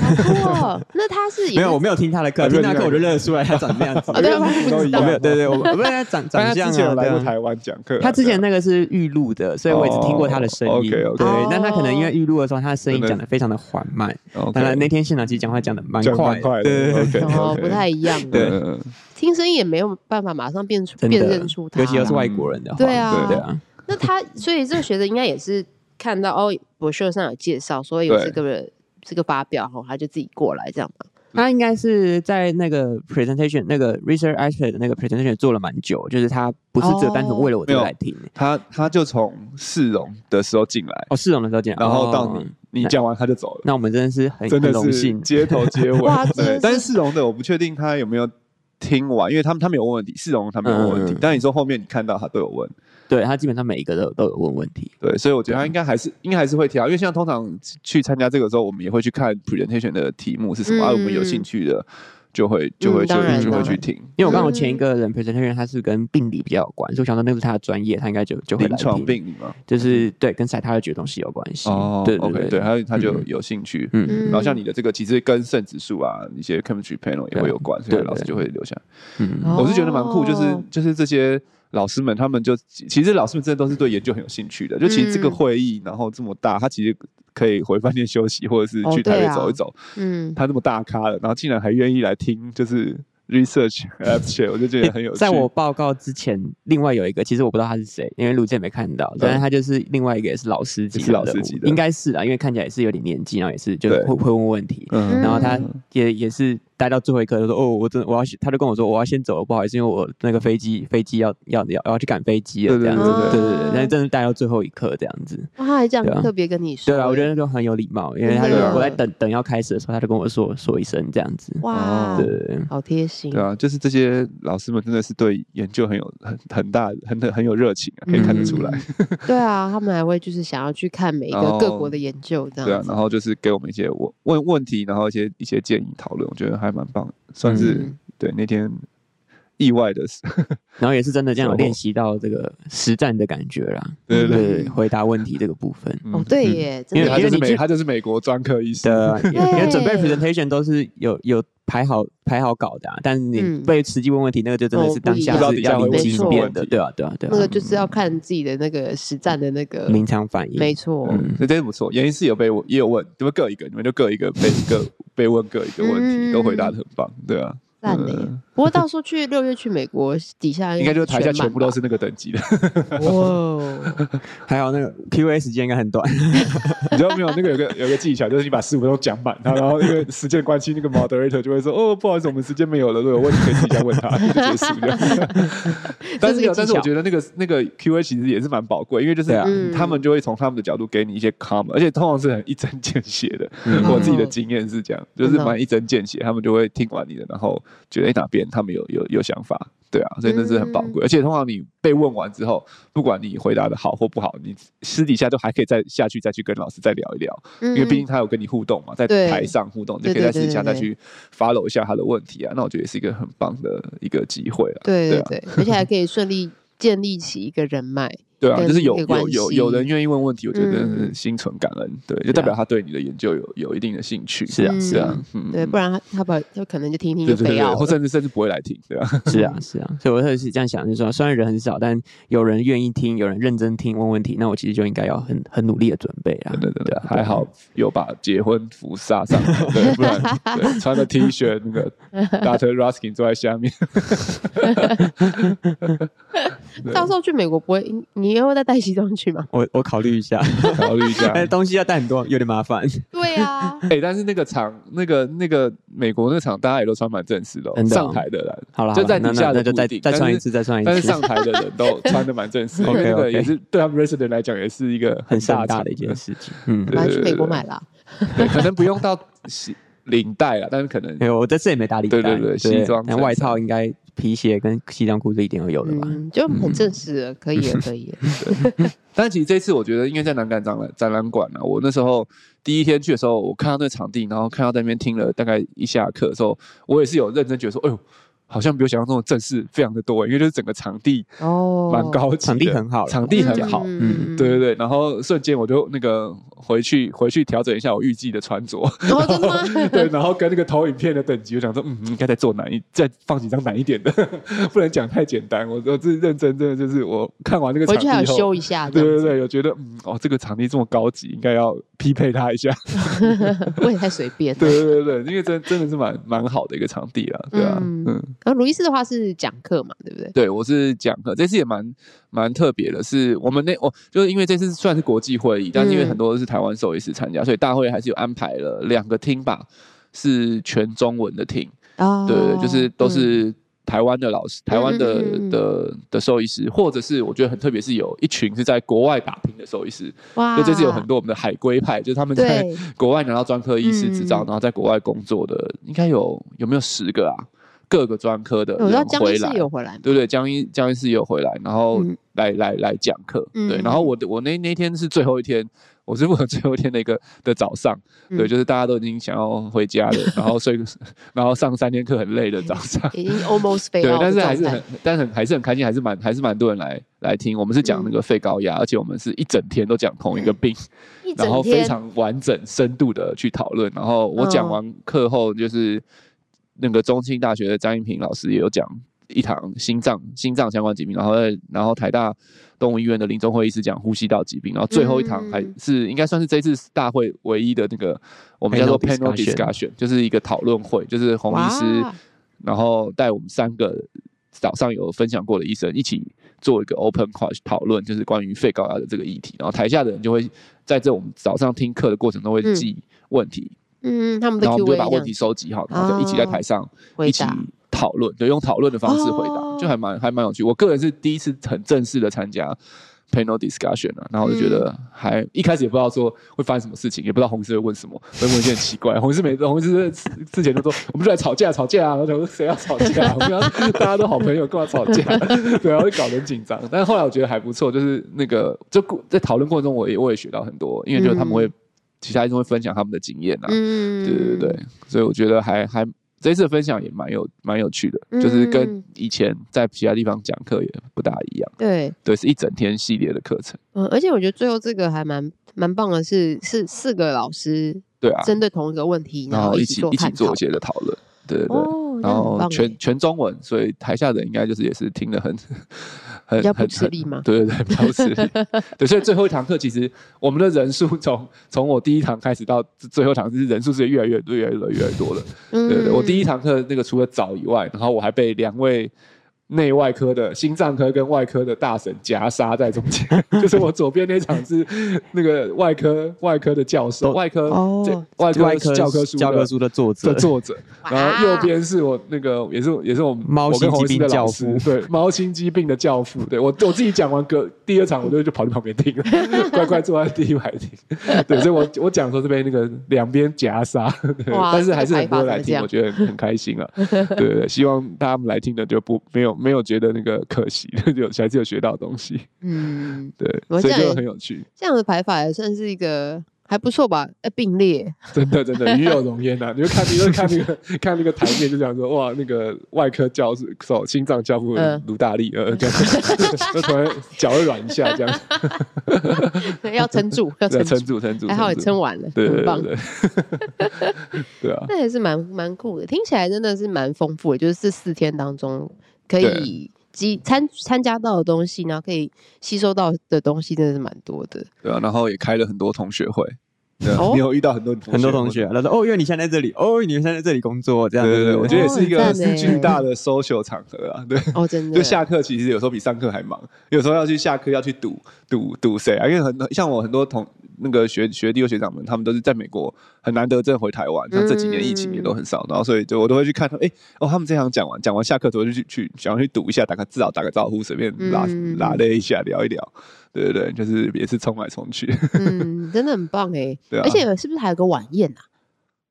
S2: 哇，哦那他是也
S3: 没有，我没有听他的课，
S1: 啊没有
S3: 听
S1: 听他
S3: 他的
S1: 的
S3: 课我就认得出来他长什么样子。
S2: 啊对啊
S1: 都一
S3: 我
S1: 样
S3: 没有，对对，我我问他长
S1: 但
S3: 长
S1: 他
S3: 相
S1: 之前有
S3: 啊，
S1: 来过
S3: 对啊。
S1: 台湾讲课啊，
S3: 他之前那个是预录的，所以我也只听过他的声音。
S1: 哦，OK，OK
S3: 对，那他可能因为预录的时候，他的声音
S1: 真的
S3: 讲的非常的缓慢。当然那
S1: 那
S3: 天现场其实讲话讲的蛮
S1: 啊讲
S3: 快
S1: 蛮
S3: 的，
S1: 快
S3: 对对
S1: 的
S3: 对
S1: ，OK，
S2: 哦不太一样，
S3: 对
S1: 对，嗯
S2: 听声音也没有办法马上辨出
S3: 真
S2: 辨
S3: 的
S2: 认出，他啦，
S3: 尤其又是外国人的话，
S2: 对啊
S3: 对啊，
S2: 那他所以这个学者应该也是看到哦，博秀上有介绍，所以有这
S1: 对
S2: 个这个发表，然后他就自己过来这样嘛。
S3: 他应该是在那个 presentation 那个 research aspect 的那个 presentation 做了蛮久，就是他不是只有单纯为了我这个
S1: 哦
S3: 来听。
S1: 他他就从市容的时候进来，
S3: 哦，市容的时候见，
S1: 然后到
S3: 哦
S1: 你你讲完他就走了。
S3: 那我们真的是很
S1: 真的
S3: 很荣
S1: 是
S3: 幸，
S1: 街头接尾
S2: 哇。真的
S1: 对
S2: 是，
S1: 但是世荣的我不确定他有没有听完，因为他们他们有问问题，世荣他们有问问题
S3: 嗯，
S1: 但你说后面你看到他都有问，
S3: 对他基本上每一个都都有问问题，
S1: 对，所以我觉得他应该还是应该还是会挑，因为像通常去参加这个时候，我们也会去看 presentation 的题目是什么，
S2: 嗯
S1: 啊，我们有兴趣的。就会就会
S2: 嗯
S1: 就
S2: 当然
S1: 就会
S3: 当
S1: 去
S3: 然
S1: 听
S3: 因为我刚好前一个人 presentation 他是跟病理比较有关，所以我想说那个是他的专业，他应该就就会
S1: 临
S3: 来
S1: 床
S3: 听，
S1: 病理嘛。
S3: 就是对跟撒他的举的东西有关系。
S1: 嗯哦
S3: 对对
S1: ，OK，
S3: 对
S1: 对，他他就
S3: 嗯
S1: 有兴趣。
S3: 嗯
S1: 然后像你的这个，其实跟肾指数啊，一些 chemistry panel 也
S3: 对啊
S1: 会有关，所以
S3: 对
S1: 老师
S3: 对
S1: 就会留下来。
S3: 嗯，
S1: 我是觉得蛮酷，就是
S2: 哦
S1: 就是这些老师们，他们就其实老师们真的都是对研究很有兴趣的。就其实这个
S2: 嗯
S1: 会议，然后这么大，他其实可以回饭店休息，或者是
S2: 哦
S1: 去台
S2: 对
S1: 北
S2: 啊
S1: 走一走。
S2: 嗯，
S1: 他那么大咖了，然后竟然还愿意来听，就是 research abstract，我就觉得很有趣。
S3: 在我报告之前，另外有一个，其实我不知道他是谁，因为卢健没看到，但是他就是另外一个也是老师
S1: 嗯
S3: 级
S1: 也
S3: 的
S1: 是
S3: 人
S1: 老
S3: 物，
S1: 师级的
S3: 应该是啊，因为看起来也是有点年纪，然后也是就
S1: 对
S3: 会会问问题，
S1: 嗯
S3: 然后他也也是待到最后一刻，他说：“哦，我真的我要去，他就跟我说我要先走了，不好意思，因为我那个飞机飞机要要要要去赶飞机了，
S1: 对
S3: 这样子。”
S1: 对
S2: 对
S3: 对
S2: 对
S3: 对
S2: 对
S3: 对，但是真的待到最后一刻这样子。
S2: 哇，他还这样
S3: 对啊
S2: 特别跟你说，欸
S3: 对啊，我觉得那就很有礼貌，因为他就
S2: 真
S1: 的
S3: 我在等等要开始的时候，他就跟我说说一声这样子。
S2: 哇
S3: 对，对对，
S2: 好贴心哦
S1: 对，啊，就是这些老师们真的是对研究很有很很大很很很有热情、啊，可以看得出来。
S2: 嗯 对啊，他们还会就是想要去看每一
S1: 然后
S2: 个各国的研究这
S1: 对啊
S2: 样，子，
S1: 然后就是给我们一些问问问题，然后一些一些建议讨论，我觉得还蛮棒的，算是、
S2: 嗯
S1: 对那天意外的事，
S3: 然后也是真的这样有
S1: 收获
S3: 练习到这个实战的感觉啦。
S1: 对对
S2: 对
S3: 对，回答问题这个部 分。
S1: 嗯啊
S2: 哦，对耶，真
S1: 因为
S2: 的
S1: 他
S3: 因
S1: 就
S3: 为
S1: 是
S3: 你
S1: 美
S3: 去
S1: 他就是美国专科医生，
S3: 的，因为因为准备
S2: 对
S3: presentation 都是有有排好排好稿的、啊，但你
S2: 嗯
S3: 被实际问问题，那个就真的
S2: 哦
S3: 是当下
S2: 不
S1: 不知道
S2: 一样
S3: 是要临
S1: 底下会
S3: 机
S2: 问
S3: 应变
S1: 什么
S3: 的，
S1: 问题
S3: 对啊对啊对啊，
S2: 那个就是要看自己的那个实战的那个，
S3: 临场反应，
S2: 没错，
S1: 嗯，这真的不错。研一室有被我也有问，你们各一个，你们就各一个被各被问各一个问题，
S2: 嗯
S1: 都回答的很棒，对啊，
S2: 赞欸
S1: 嗯
S2: 呢。不过到时候去六月去美国，底下
S1: 应该就是台下全部都
S2: 是
S1: 是那个等级的，
S2: 满 吧哇哦，
S3: 还有那个 Q&A 时间应该很短，
S1: 你知道没有？那个有个有个技巧，就是你把十五分钟讲满它，然后因为时间关系，那个 moderator 就会说：“哦，不好意思，我们时间没有了，如果有问题可以私底下问他。”就结束这样。但是有，但是我觉得那个那个 Q&A 其实也是蛮宝贵，因为就是
S3: 对啊
S2: 嗯
S1: 他们就会从他们的角度给你一些 comment，而且通常是很一针见血的。我自己的经验是这样，就是蛮一针见血，他们就会听完你的，然后觉得诶哪边他们有有有想法，对啊，所以那是很宝贵。
S2: 嗯
S1: 而且通常你被问完之后，不管你回答的好或不好，你私底下都还可以再下去再去跟老师再聊一聊，
S2: 因
S1: 因为毕竟他有跟你互动嘛，在
S2: 嗯对
S1: 台上互动，你
S2: 对
S1: 就可以在
S2: 对对
S1: 私底下
S2: 对
S1: 再
S2: 对
S1: 去 follow 一下他的问题啊。那我觉得也是一个很棒的一个机会啊。对
S2: 对对
S1: 啊
S2: 对，而且还可以顺利建立起一个人脉，
S1: 对啊，
S2: 跟
S1: 就是有
S2: 一个关
S1: 有有
S2: 系
S1: 有人愿意问问题，我觉得
S2: 嗯啊
S1: 心存感恩，对，就代表他对你的研究有有一定的兴趣。
S3: 是啊
S2: 嗯
S1: 是啊， 嗯，
S2: 对，不然他他把他可能就听听
S1: 对
S2: 就
S1: 对对
S2: 非
S1: 对，
S2: 要
S1: 或
S2: 了，
S1: 甚至甚至不会来听，对啊，
S3: 是 啊是啊，所以我特别是这样想，就是说虽然人很少，但有人愿意听，有人认真听问问题，那我其实就应该要很很努力的准备啊，
S1: 对对对，
S3: 啊
S1: 还好有把结婚服纱上台，对，不 然对穿着 T 恤那个 Dr. Ruskin 坐在下面，对
S2: 到时候去美国不会，你你也会再带西装去吗？
S3: 我我考虑一下，
S1: 考虑一下。
S3: 但是东西要带很多，有点麻烦，
S2: 对啊，
S1: 哎、但是那个场，那个那个美国那个场，大家也都穿蛮正式的、哦，
S3: 真的哦
S1: 上台的人，
S3: 好了，
S1: 就
S3: 好啦
S1: 在
S3: 那
S1: 底下
S3: 那
S1: 的
S3: 那就
S1: 不
S3: 再
S1: 一定
S3: 再
S1: 但
S3: 穿一
S1: 是
S3: 次，再穿一次，
S1: 但是上台的人 都穿的蛮正式的，因为那个
S3: OK，OK
S1: 也是对他们 resident 来讲也是一个
S3: 很
S1: 大
S3: 盛大
S1: 场
S3: 的一件
S1: 合，
S3: 事情。嗯，
S2: 我
S1: 对
S2: 还去美国买啦，
S1: 对，可能不用到西领带了，但是可能
S3: 没有，我这次也没打领带，
S1: 对对对西装
S3: 但
S1: 衬
S3: 外
S1: 衫
S3: 套应该皮鞋跟西装裤是一定要有的吧？
S2: 嗯，就很正式了，可以了，可 以了，
S1: 但其实这次我觉得，因为在南港展览展览馆啊，我那时候第一天去的时候，我看到那场地，然后看到在那边听了大概一下课的时候，我也是有认真觉得说，哎呦，好像比我想象中的正式非常的多，因为就是整个场地
S2: 哦，
S1: 蛮高级的、
S3: 场地很好啦
S1: 场地很好。
S2: 嗯
S1: 对对对，然后瞬间我就那个回去回去调整一下我预计的穿着，
S2: 哦真的吗
S1: 对，然后跟那个投影片的等级，我想说，嗯，应该再做难一，再放几张难一点的， 不能讲太简单。我我是认真，真的就是我看完那个
S2: 回
S1: 场
S2: 去
S1: 地
S2: 还有
S1: 后，
S2: 修一下，
S1: 对对对，有觉得嗯哦，这个场地这么高级，应该要匹配它一下。
S2: 对， 我也太随便了。
S1: 对对对对，因为真真的是蛮蛮好的一个场地啦，对啊，
S2: 嗯
S1: 嗯。
S2: 然后鲁伊斯的话是讲课嘛，对不对？
S1: 对，我是讲课，这次也蛮蛮特别的，是我们那我就是因为这次算是国际会议，但是因为
S2: 嗯
S1: 很多是台湾兽医师参加，所以大会还是有安排了两个厅吧，是全中文的厅，
S2: 啊
S1: 对对，就是都是台湾的老师，台湾的
S2: 嗯嗯嗯嗯嗯
S1: 的的兽医师，或者是我觉得很特别，是有一群是在国外打拼的兽医师，
S2: 哇
S1: 就这次有很多我们的海归派，就是他们在
S2: 对
S1: 国外拿到专科医师执照，然
S2: 嗯
S1: 后在国外工作的，应该有有没有十个啊？各个专科的
S2: 有要
S1: 人
S2: 江
S1: 回
S2: 医师
S1: 来，
S2: 有回来吗？
S1: 对不对？江一江医师有回来，然后
S2: 嗯
S1: 来、来来讲课，
S2: 嗯
S1: 对。然后我的我那那天是最后一天，我是我最后一天的一个的早上，
S2: 嗯
S1: 对，就是大家都已经想要回家了，然后睡， 然后上三天课很累的早 上，
S2: 已经 almost 飞
S1: 对
S2: 了，，
S1: 但是还是很，但是很还是很开心，还是蛮还是蛮多人来来听。我们是讲
S2: 嗯
S1: 那个肺高压，而且我们是一整天都讲同一个病，
S2: 一
S1: 然后
S2: 整
S1: 非
S2: 天
S1: 常完整、深度的去讨论。然后我讲完课后，就是那个中兴大学的张一平老师也有讲一堂心脏心脏相关疾病，然后然后台大动物医院的林中辉医师讲呼吸道疾病，然后最后一堂
S2: 嗯
S1: 还是、应该算是这次大会唯一的那个我们叫做
S3: Panel
S1: panel discussion，就是一个讨论会，就是洪医师
S2: 哇。
S1: 然后带我们三个早上有分享过的医生一起做一个 open call 讨论，就是关于肺高压的这个议题。然后台下的人就会在这我们早上听课的过程中会
S2: 嗯
S1: 记问题，
S2: 嗯，他们的
S1: 然后
S2: Q&A
S1: 我们就把
S2: 这
S1: 问
S2: 样哦
S1: 题收集好，然后就一起在台上
S2: 回
S1: 一起
S2: 答，
S1: 讨论，对，用讨论的方式回答，
S2: 哦
S1: 就还蛮还蛮有趣。我个人是第一次很正式的参加 panel discussion 啊，然后我就觉得
S2: 嗯
S1: 还、一开始也不知道说会发生什么事情，也不知道红师会问什么，所以问一些很奇怪。红师每次红师之之前都说我们就来吵架吵架啊，然后想说谁要吵架、啊，我们要大家都好朋友，干嘛吵架？ 对啊，然后就搞得很紧张。但是后来我觉得还不错，就是那个就过在讨论过程中，我也我也学到很多，因为就是他们会、其他医生会分享他们的经验啊，
S2: 嗯，
S1: 对对对，所以我觉得还还这一次的分享也蛮有蛮有趣的，就是跟
S2: 嗯
S1: 以前在其他地方讲课也不大一样。
S2: 对，
S1: 对，是一整天系列的课程。
S2: 嗯，而且我觉得最后这个还蛮蛮棒的是，是四个老师
S1: 对啊，
S2: 针对同一个问题，
S1: 然后
S2: 一
S1: 一
S2: 起
S1: 起
S2: 做
S1: 一起
S2: 探讨
S1: 做一些的讨论。对对对。
S2: 哦，那
S1: 然
S2: 很
S1: 后
S2: 棒
S1: 全
S2: 耶
S1: 全中文，所以台下的人应该就是也是听得很 很
S2: 比较不
S1: 很
S2: 吃力吗
S1: 很对对对，比较不吃力。 对，所以最后一堂课其实我们的人数从从我第一堂开始到最后一堂，是人数是越来越多、越来越多、越来越多的。
S2: 对
S1: 对对，我第
S3: 嗯
S2: 一
S1: 一堂课那个除了早以外，然后我还被两位内外科的心脏科跟外科的大神夹杀在中间， 就是我左边那场是那个外科外科的教授，外科
S2: 哦
S1: 这外
S3: 外
S1: 科
S3: 科
S1: 教科书的
S3: 教科书的作者
S1: 的，作者，
S2: 哇
S1: 然后右边是我那个也是也是我们
S3: 猫
S1: 我跟
S3: 心
S1: 洪
S3: 疾
S1: 医师
S3: 病
S1: 的
S3: 教
S1: 老师
S3: 父
S1: 对猫心疾病的教父，对我我自己讲完隔第二场我就就跑去旁边听了， 乖乖坐在第一排听，对，所以我我讲说这边那个两边夹杀，对
S2: 哇
S1: 但是还是
S2: 这个
S1: 很多人
S2: 排法
S1: 来听，
S2: 怎么这样
S1: 我觉得很很开心啊，对对对，希望大家们来听的就不没有没有觉得那个可惜， 有还是有学到东西，
S2: 嗯，
S1: 对，
S2: 我
S1: 所以
S2: 这样
S1: 就
S2: 也
S1: 很有趣，
S2: 这样的排法也算是一个还不错吧？呃，并列，
S1: 真的真的，与有容焉呐、你就看，你就看那个看那个台面，就想说哇，那个外科教授、心脏教父
S2: 嗯
S1: 卢大力， 呃，这样，就突然脚会软一下，这样，
S2: 要撑住，要
S1: 对，
S2: 撑
S1: 撑
S2: 住，
S1: 住，撑住，
S2: 还好你
S1: 住
S2: 撑，完了，
S1: 对对
S2: 很
S1: 对
S2: 棒。
S1: 对， 对啊，
S2: 那也是蛮蛮酷的，听起来真的是蛮丰富的，就是这四天当中可以
S1: 对
S2: 积参参加到的东西，然后可以吸收到的东西，真的是蛮多 的。
S1: 对啊，然后也开了很多同学会，对啊
S2: 哦
S1: 你有遇到很多
S3: 很
S1: 会
S3: 多同
S1: 吗。
S3: 学，他说哦，因为你现在在这里，哦，你现在在这里工作，这
S1: 对
S3: 样
S1: 对对，我觉得也是一
S2: 哦
S1: 个
S2: 很赞欸
S1: 巨大的 social 场合啊，对，
S2: 哦，真的，
S1: 就下课其实有时候比上课还忙，有时候要去下课要去赌赌赌谁啊？因为很多像我很多同那个学学弟或学长们，他们都是在美国很难得真的回台湾，像这几年疫情也都很
S2: 嗯
S1: 少，然后所以就我都会去看他们，哎、哦，他们这堂讲完，讲完下课之后就去去想要去赌一下，打个至少打个招呼，随便拉、
S2: 嗯
S1: 拉勒一下，聊一聊，对对对，就是也是冲来冲去。
S2: 嗯，真的很棒哎、
S1: 对啊
S2: 而且是不是还有个晚宴啊？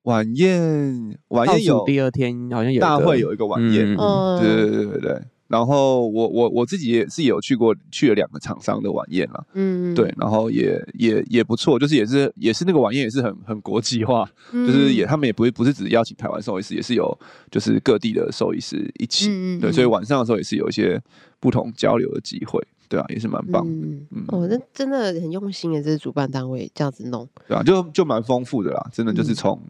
S1: 晚宴晚
S3: 倒
S1: 宴有
S3: 数第二天好像有一个
S1: 大会有一个晚宴，
S3: 嗯
S2: 嗯，
S1: 对对对对对。然后我我我自己也是有去过去了两个厂商的晚宴啦，
S2: 嗯，
S1: 对，然后也也也不错，就是也是也是那个晚宴也是很很国际化，
S2: 嗯，
S1: 就是也他们也不会不是只邀请台湾兽医师，也是有就是各地的兽医师一起，
S2: 嗯嗯
S1: 对，所以
S2: 嗯
S1: 晚上的时候也是有一些不同交流的机会，对啊，也是蛮棒，
S2: 嗯
S1: 嗯
S2: 哦，那真的很用心耶，这是主办单位这样子弄，
S1: 对啊，就就蛮丰富的啦，真的就是
S2: 嗯
S1: 从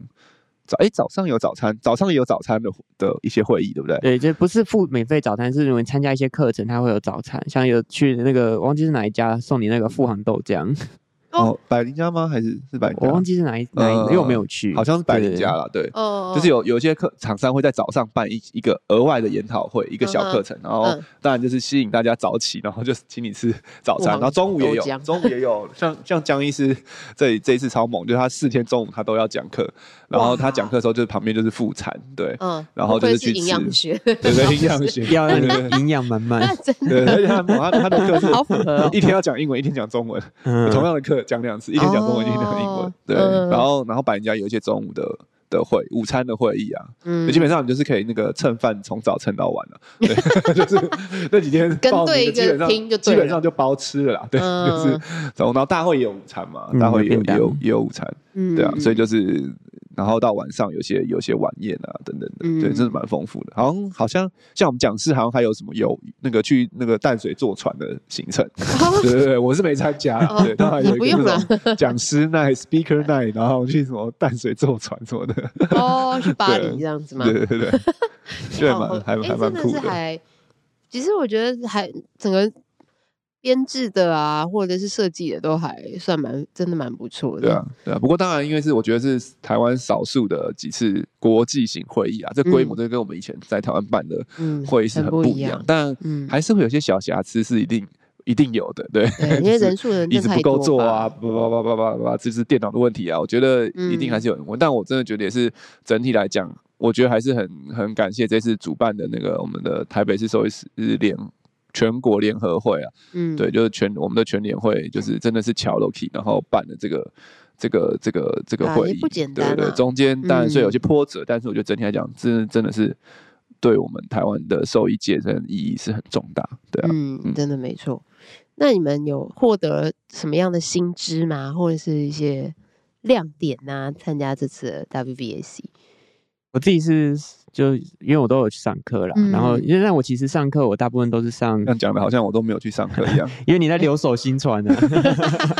S1: 早哎、早上有早餐，早上也有早餐的的一些会议，对不对？
S3: 对，就不是付免费早餐，是你们参加一些课程，它会有早餐，像有去那个忘记是哪一家送你那个富航豆浆，
S2: 哦
S1: 哦，百灵家吗？还是是百灵
S3: 我忘
S1: 家？
S3: 记是哪一哪一，因为我没有去，
S1: 啊好像是百
S3: 对
S1: 灵家，啦，对。
S2: 哦，
S1: 就是有
S2: 有
S1: 有一些课厂商会在早上办一一个额外的研讨会，一个小课程，然后
S2: 嗯
S1: 当然就是吸引大家早起，然后就请你吃早餐，
S2: 哇
S1: 然后中午也
S2: 豆
S1: 有，
S2: 浆
S1: 中午也有，像像江医师这里这一次超猛，就是他四天中午他都要讲课，然后他讲课的时候就是旁边就是副餐，对
S2: 嗯，
S1: 然后就是
S2: 不
S1: 去
S2: 愧营养
S1: 吃
S2: 学，
S1: 对对，营养学，
S3: 要
S1: 对对
S3: 营养满满，
S2: 真
S1: 对，
S2: 的
S1: 而且他很猛他他的课是
S2: 好符合 哦
S1: 一天要讲英文，一天讲中文，
S3: 嗯
S1: 同样的课讲两次，一天讲中文，一天讲英
S2: 哦
S1: 文。对，
S2: 嗯
S1: 然后然后百人家有一些中午的的会午餐的会议啊，
S2: 嗯
S1: 基本上你就是可以那个蹭饭从早蹭到晚了、对， 就是那几天
S2: 跟
S1: 报名的
S2: 对一个
S1: 基本上
S2: 拼就对
S1: 基
S2: 了
S1: 本上就包吃了啦，对，
S2: 嗯
S1: 就是然后大会也有午餐嘛，
S3: 嗯
S1: 大会也有
S3: 有便当
S1: 也有也有午餐，
S2: 嗯
S1: 对啊，所以
S2: 以
S1: 就是然后到晚上有些有些晚宴啊等等的，
S2: 嗯
S1: 对，真的蛮丰富的。好像好像像我们讲师好像还有什么有那个去那个淡水坐船的行 程，对对对，我是没参加啦，
S2: 哦
S1: 对，他还有一
S2: 你不
S1: 个
S2: 用啦
S1: 那种讲师 night speaker night，然后去什么淡水坐船什么的，
S2: 哦去巴黎
S1: 对
S2: 这样子吗？
S1: 对对对对，对
S2: 哦
S1: 蛮还
S2: 诶
S1: 还蛮
S2: 真的
S1: 酷
S2: 是还，其实我觉得还整个编制的啊，或者是设计的都还算蛮，真的蛮不错的。
S1: 对啊，对啊。不过当然，因为是我觉得是台湾少数的几次国际型会议啊，这规模
S2: 嗯
S1: 真的跟我们以前在台湾办的
S2: 嗯，
S1: 会议是
S2: 很
S1: 不
S2: 一
S1: 一样，。但
S2: 嗯，
S1: 还是会有些小瑕疵是一定一定有的，对，
S2: 对，因为人数人
S1: 一
S2: 真
S1: 直
S2: 的太
S1: 不
S2: 多
S1: 够做啊，
S2: 吧，
S1: 叭叭叭叭叭叭，这是电脑的问题啊。我觉得一定还是有
S2: 嗯
S1: 人问，但我真的觉得也是整体来讲，我觉得还是很很感谢这次主办的那个我们的台北市兽医师联全国联合会啊，
S2: 嗯，
S1: 对，就是全我们的全联会，就是真的是乔 l o k 然后办的这个这个这个这个
S2: 啊
S1: 会
S2: 也
S1: 议，
S2: 不简
S1: 对
S2: 单
S1: 对
S2: 啊
S1: 对，中间当然是有
S2: 嗯
S1: 些波折，但是我觉得整体来讲，真真的是对我们台湾的兽医界真的意义是很重大，对啊。
S2: 嗯，
S1: 嗯
S2: 真的没错。那你们有获得什么样的新知吗？或者是一些亮点呐、参加这次的 WBAC，
S3: 我自己是就因为我都有去上课啦，
S2: 嗯
S3: 然后因为我其实上课我大部分都是上
S1: 这，样讲的好像我都没有去上课一样。
S3: 因为你在留守新传啊，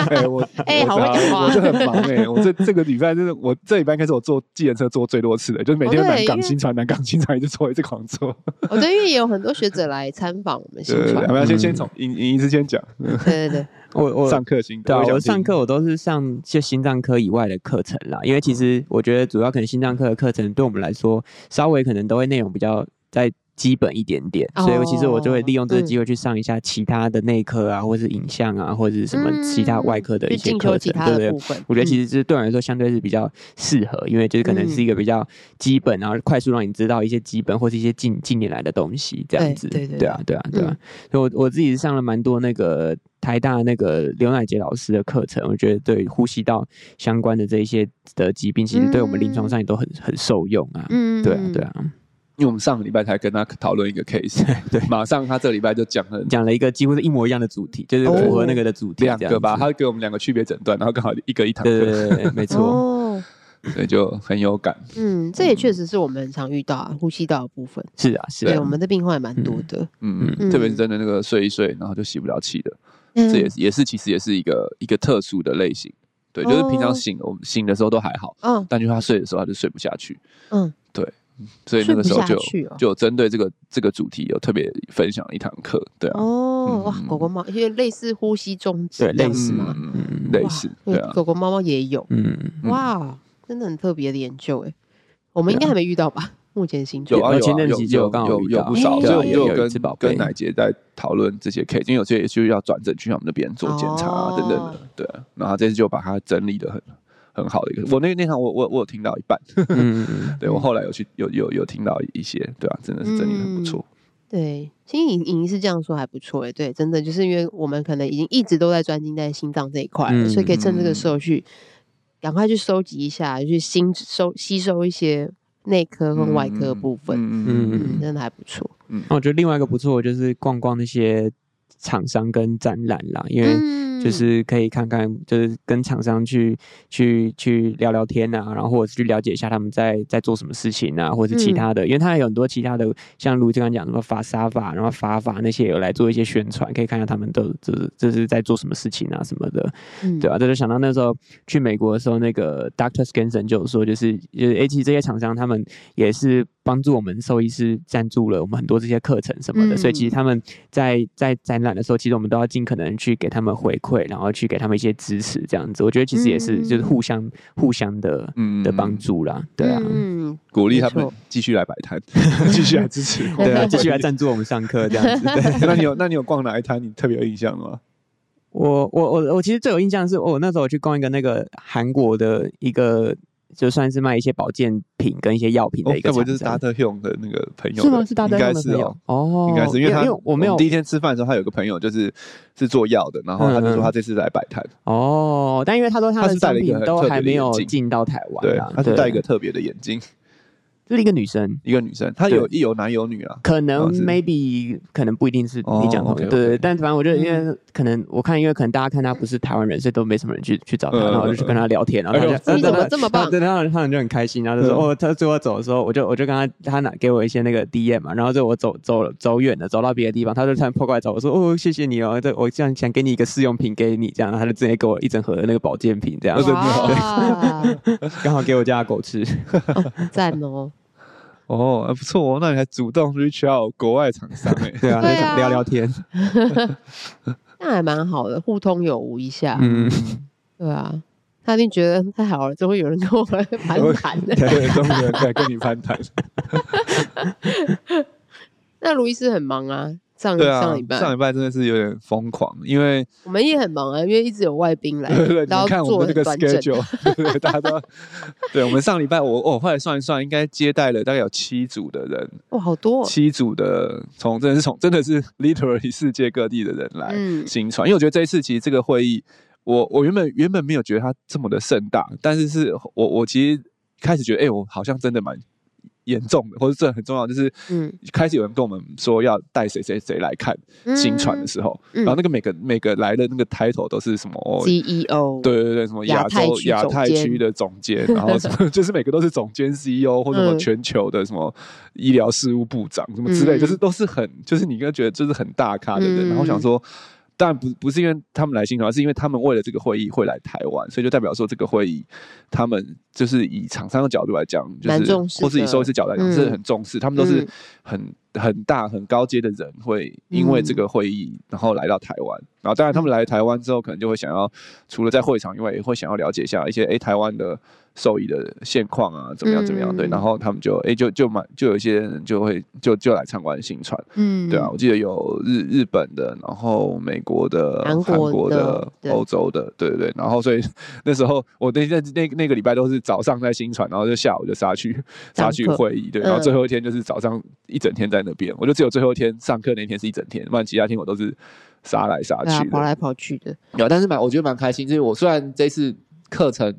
S1: 哎、 我
S2: 哎
S1: 我
S2: 好会讲话
S1: 我就很忙哎、 我这这个礼拜真的，我这礼拜应该是我坐计程车坐最多次的，就是每天
S2: 哦对
S1: 南
S2: 因
S1: 港
S2: 为
S1: 新船、南港新船一直坐一直狂坐。
S2: 哦，对，因为也有很多学者来参访我们新
S1: 对对对，
S2: 传
S1: 我，们要先
S3: 嗯
S1: 先从尹尹医师先讲
S2: 对对对，
S3: 我我
S1: 上课心得。
S3: 对啊，
S1: 也想
S3: 我上
S1: 听
S3: 课我都是上就心脏科以外的课程啦，因为其实我觉得主要可能心脏科的课程对我们来说，稍微可能都会内容比较在基本一点点，
S2: 哦
S3: 所以我其实我就会利用
S2: 嗯
S3: 这个机会去上一下其他的内科啊，或是影像啊，或者是什么其他外科
S2: 嗯
S3: 的
S2: 去
S3: 一些
S2: 进
S3: 课
S2: 修
S3: 程
S2: 其，他
S3: 对不
S2: 的
S3: 对
S2: 部？分，
S3: 我觉得
S2: 嗯
S3: 其实就是对我来说相对是比较适合，因为就是可能是一个比较基本，然后快速让你知道一些基本或是一些近近年来的东西这样子。
S2: 对对嗯对
S3: 啊，对啊，对啊。所以我我自己上了蛮多那个台大那个刘乃杰老师的课程，我觉得对呼吸道相关的这一些的疾病，其实对我们临床上也都很很受用啊。
S2: 嗯，
S3: 对啊
S2: 嗯，
S3: 对，啊，
S1: 因为我们上个礼拜才跟他讨论一个 case，
S3: 对
S1: 马上他这礼拜就讲了
S3: 讲了一个几乎是一模一样的主题，就是符合那
S2: 哦
S3: 个的主题，
S1: 两个吧，
S3: 这样子。
S1: 他给我们两个区别诊断，然后刚好一个一堂
S3: 对
S1: 课，
S3: 对对对，没
S2: 嗯
S3: 错。
S2: 哦，
S1: 所以就很有感。
S2: 嗯，这也确实是我们很常遇到啊，呼吸道的部分，
S3: 是啊，是
S2: 对，我
S3: 啊，
S2: 们的病患也蛮多的，
S1: 嗯，
S2: 嗯
S1: 特别是真的那个睡一睡，然后就吸不了气的，
S2: 嗯
S1: 这也是也是其实也是一个一个特殊的类型。对，就是平常
S2: 哦
S1: 醒我们醒的时候都还好，
S2: 嗯
S1: 但就是他睡的时候他就睡不下去，
S2: 嗯，
S1: 所以那个时候
S2: 睡
S1: 就
S2: 不下去哦
S1: 就有针对这个这个主题有特别分享了一堂课，对啊，
S2: 哦，
S1: 嗯
S2: 哇，狗狗猫因为类似呼吸中止
S3: 对，
S2: 这样
S3: 类
S2: 子
S3: 似
S2: 吗？
S3: 嘛，嗯，
S1: 类
S2: 哇
S1: 似，对
S2: 因为
S1: 啊，
S2: 狗狗猫猫也有，
S3: 嗯。啊
S1: 嗯
S2: 哇，真的很特别的研究哎，我们应该还没遇到吧？ 目前新
S1: 有
S2: 春
S1: 啊
S3: 有
S1: 有
S3: 前
S1: 啊
S3: 阵
S1: 有
S3: 子就
S1: 有
S3: 刚好
S1: 有
S3: 遇
S1: 有
S3: 到
S1: 不少，
S2: 对
S1: 所以
S2: 啊
S1: 我们
S2: 有
S1: 就
S3: 有一只
S1: 跟
S3: 宝
S1: 跟
S3: 贝
S1: 奶姐在讨论这些 case，因为有些也是要转诊去他们那边做检查啊等等
S2: 哦
S1: 的，对啊。然后他这次就把它整理的很很好的一个，我那那场我我我有听到一半，
S3: 嗯嗯嗯
S1: 对我后来有去有有有听到一些，对啊，真的是整理得很不错，
S2: 对，其实影影是这样说还不错哎，对，真的就是因为我们可能已经一直都在专精在心脏这一块了，
S3: 嗯
S2: 所以可以趁这个
S1: 嗯
S2: 时候去赶快去收集一下，去新收吸收一些内科跟外科部分，
S1: 嗯
S3: 嗯
S2: 嗯，真的还不错。
S3: 那我觉得哦另外一个不错，就是逛逛那些厂商跟展览啦，因为
S2: 嗯
S3: 就是可以看看，就是跟厂商去去去聊聊天啊，然后或者是去了解一下他们在在做什么事情啊，或者是其
S2: 嗯
S3: 他的，因为他有很多其他的，像卢刚刚讲什么法沙法，然后法法那些有来做一些宣传，可以看看他们都就是这是在做什么事情啊什么的。
S2: 嗯
S3: 对啊，这就想到那时候去美国的时候，那个 Doctor Skinson 就有说，就是就是 A 其实这些厂商他们也是帮助我们兽医师赞助了我们很多这些课程什么的，所以其实他们在在展览的时候，其实我们都要尽可能去给他们回馈，然后去给他们一些支持，这样子，我觉得其实也是就是互相、互相的
S1: 嗯
S3: 的帮，助啦，对啊。
S2: 嗯，
S1: 鼓励他
S2: 没
S1: 们
S2: 错
S1: 继续来摆摊， 继续来支持，
S3: 对啊，继续 来赞助我们上课这样子。对，
S1: 那你有那你有逛哪一摊你特别有印象的吗？
S3: 哦我我我我其实最有印象的是，我那时候去逛一个那个韩国的一个就算是卖一些保健品跟一些药品
S1: 哦
S3: 的一，个
S1: 该不
S3: 厂
S1: 会就
S3: 商。
S1: 是达特 Hume 的那个朋友
S3: 是
S1: 的
S3: 吗？是大家
S1: 应该
S3: 用的
S1: 是
S3: 朋
S1: 哦
S3: 友。哦，
S1: 应该是因为他，
S3: 因为我没有
S1: 们第一天吃饭的时候，他有个朋友就是是做药的，然后他就
S3: 嗯嗯
S1: 说他这次来摆摊，
S3: 哦，但因为他说他
S1: 他
S3: 的
S1: 是戴
S3: 商
S1: 了一个
S3: 品
S1: 很
S3: 都
S1: 特别
S3: 还
S1: 的
S3: 没
S1: 眼
S3: 有
S1: 镜
S3: 进到台湾
S1: 对
S3: 啊，，
S1: 他是
S3: 对
S1: 戴一个特别的眼镜，
S3: 就是一个女生，
S1: 一个女生，她
S3: 对
S1: 有一有男有女啊，
S3: 可能
S1: 哦是
S3: maybe 可能不一定是你讲的
S1: 哦
S3: 同一个，
S1: ，OK，OK
S3: 对对，但反正我觉
S2: 嗯
S3: 得，因为可能我看，因为可能大家看他不是台湾人，所以都没什么人去去找他，
S1: 嗯
S3: 然后我就去跟他聊天，然后
S1: 哎呦
S3: 他就
S2: 你怎么这么棒
S3: 对，然后他们就很开心，然后就说
S1: 嗯
S3: 哦，他最后走的时候，我就我就跟他他拿给我一些那个 DM 嘛，然后就我走走了走远了，走到别的地方，他就突然跑过来找我说哦，谢谢你哦，这我这样想给你一个试用品给你，这样，然后他就直接给我一整盒的那个保健品，这样
S1: 哦真的
S2: 哇，
S3: 刚好给我家的狗吃。
S2: 赞哦！
S1: 哦，还不错哦，那你还主动 reach out 国外厂商 哎、
S3: 对啊，
S2: 对
S3: 就
S2: 啊
S3: 聊聊天，
S2: 那还蛮好的，互通有无一下，
S3: 嗯，
S2: 对啊。他一定觉得太好了，终于有人跟我 来盘谈 的。
S1: 对，中国人在跟你攀谈。
S2: 那卢医师很忙啊，上
S1: 对啊，
S2: 上礼拜
S1: 上礼拜真的是有点疯狂，因为
S2: 我们也很忙啊，因为一直有外宾来
S1: 对对，，
S2: 然
S1: 你
S2: 后
S1: 看我
S2: 做
S1: 们这个
S2: 短整。
S1: schedule，对对，大家都要 对。我们上礼拜我哦我后来算一算，应该接待了大概有七组的人，
S2: 哇，好多哦。
S1: 七组的从真的是从真的是 literally 世界各地的人来
S2: 嗯
S1: 新传，因为我觉得这一次其实这个会议，我我原本原本没有觉得它这么的盛大，但是是我我其实开始觉得，哎、我好像真的蛮严重的，或者这很重要，就是
S2: 嗯
S1: 开始有人跟我们说要带谁谁谁来看新传的时候，
S2: 嗯
S1: 然后那个每个每个来的那个 title 都是什么哦
S2: CEO，
S1: 对对对，什么
S2: 亚
S1: 亚
S2: 太
S1: 洲
S2: 区
S1: 亚
S2: 总
S1: 太
S2: 监
S1: 区的总监，然后什 么就是每个都是总监 CEO 或什么
S2: 嗯
S1: 全球的什么医疗事务部长什么之类，
S2: 嗯
S1: 就是都是很就是你应该觉得就是很大咖的人，然后
S2: 嗯
S1: 想说。当然不不是因为他们来新竹，而是因为他们为了这个会议会来台湾，所以就代表说这个会议，他们就是以厂商的角度来讲，就
S2: 蛮
S1: 是
S2: 重视的
S1: 或是以收视角度来讲、
S2: 嗯
S1: 是很重视，他们都是
S2: 嗯
S1: 很、很大很高阶的人会因为这
S2: 嗯
S1: 个会议，然后来到台湾，然后当然他们来台湾之后，可能就会想要除了在会场以外，也会想要了解一下一些诶台湾的受益的现况啊，怎么样怎么样？对，
S2: 嗯
S1: 然后他们就诶就就买就有一些人就会就就来参观新传，
S2: 嗯，
S1: 对啊，，我记得有日日本的，然后美国的、
S2: 韩
S1: 韩
S2: 国
S1: 国
S2: 的对
S1: 欧洲的，对对对，然后所以 那时候我那那那那个礼拜都是早上在新传，然后就下午就杀去
S2: 上
S1: 杀去
S2: 课
S1: 会议，对，然后
S2: 嗯
S1: 最后一天就是早上一整天在那边，我就只有最后一天上课那天是一整天，不然其他天我都是杀来杀
S2: 对啊
S1: 去，的
S2: 跑。来跑去的，
S1: 有，但是蛮我觉得蛮开心，就是我虽然这次课程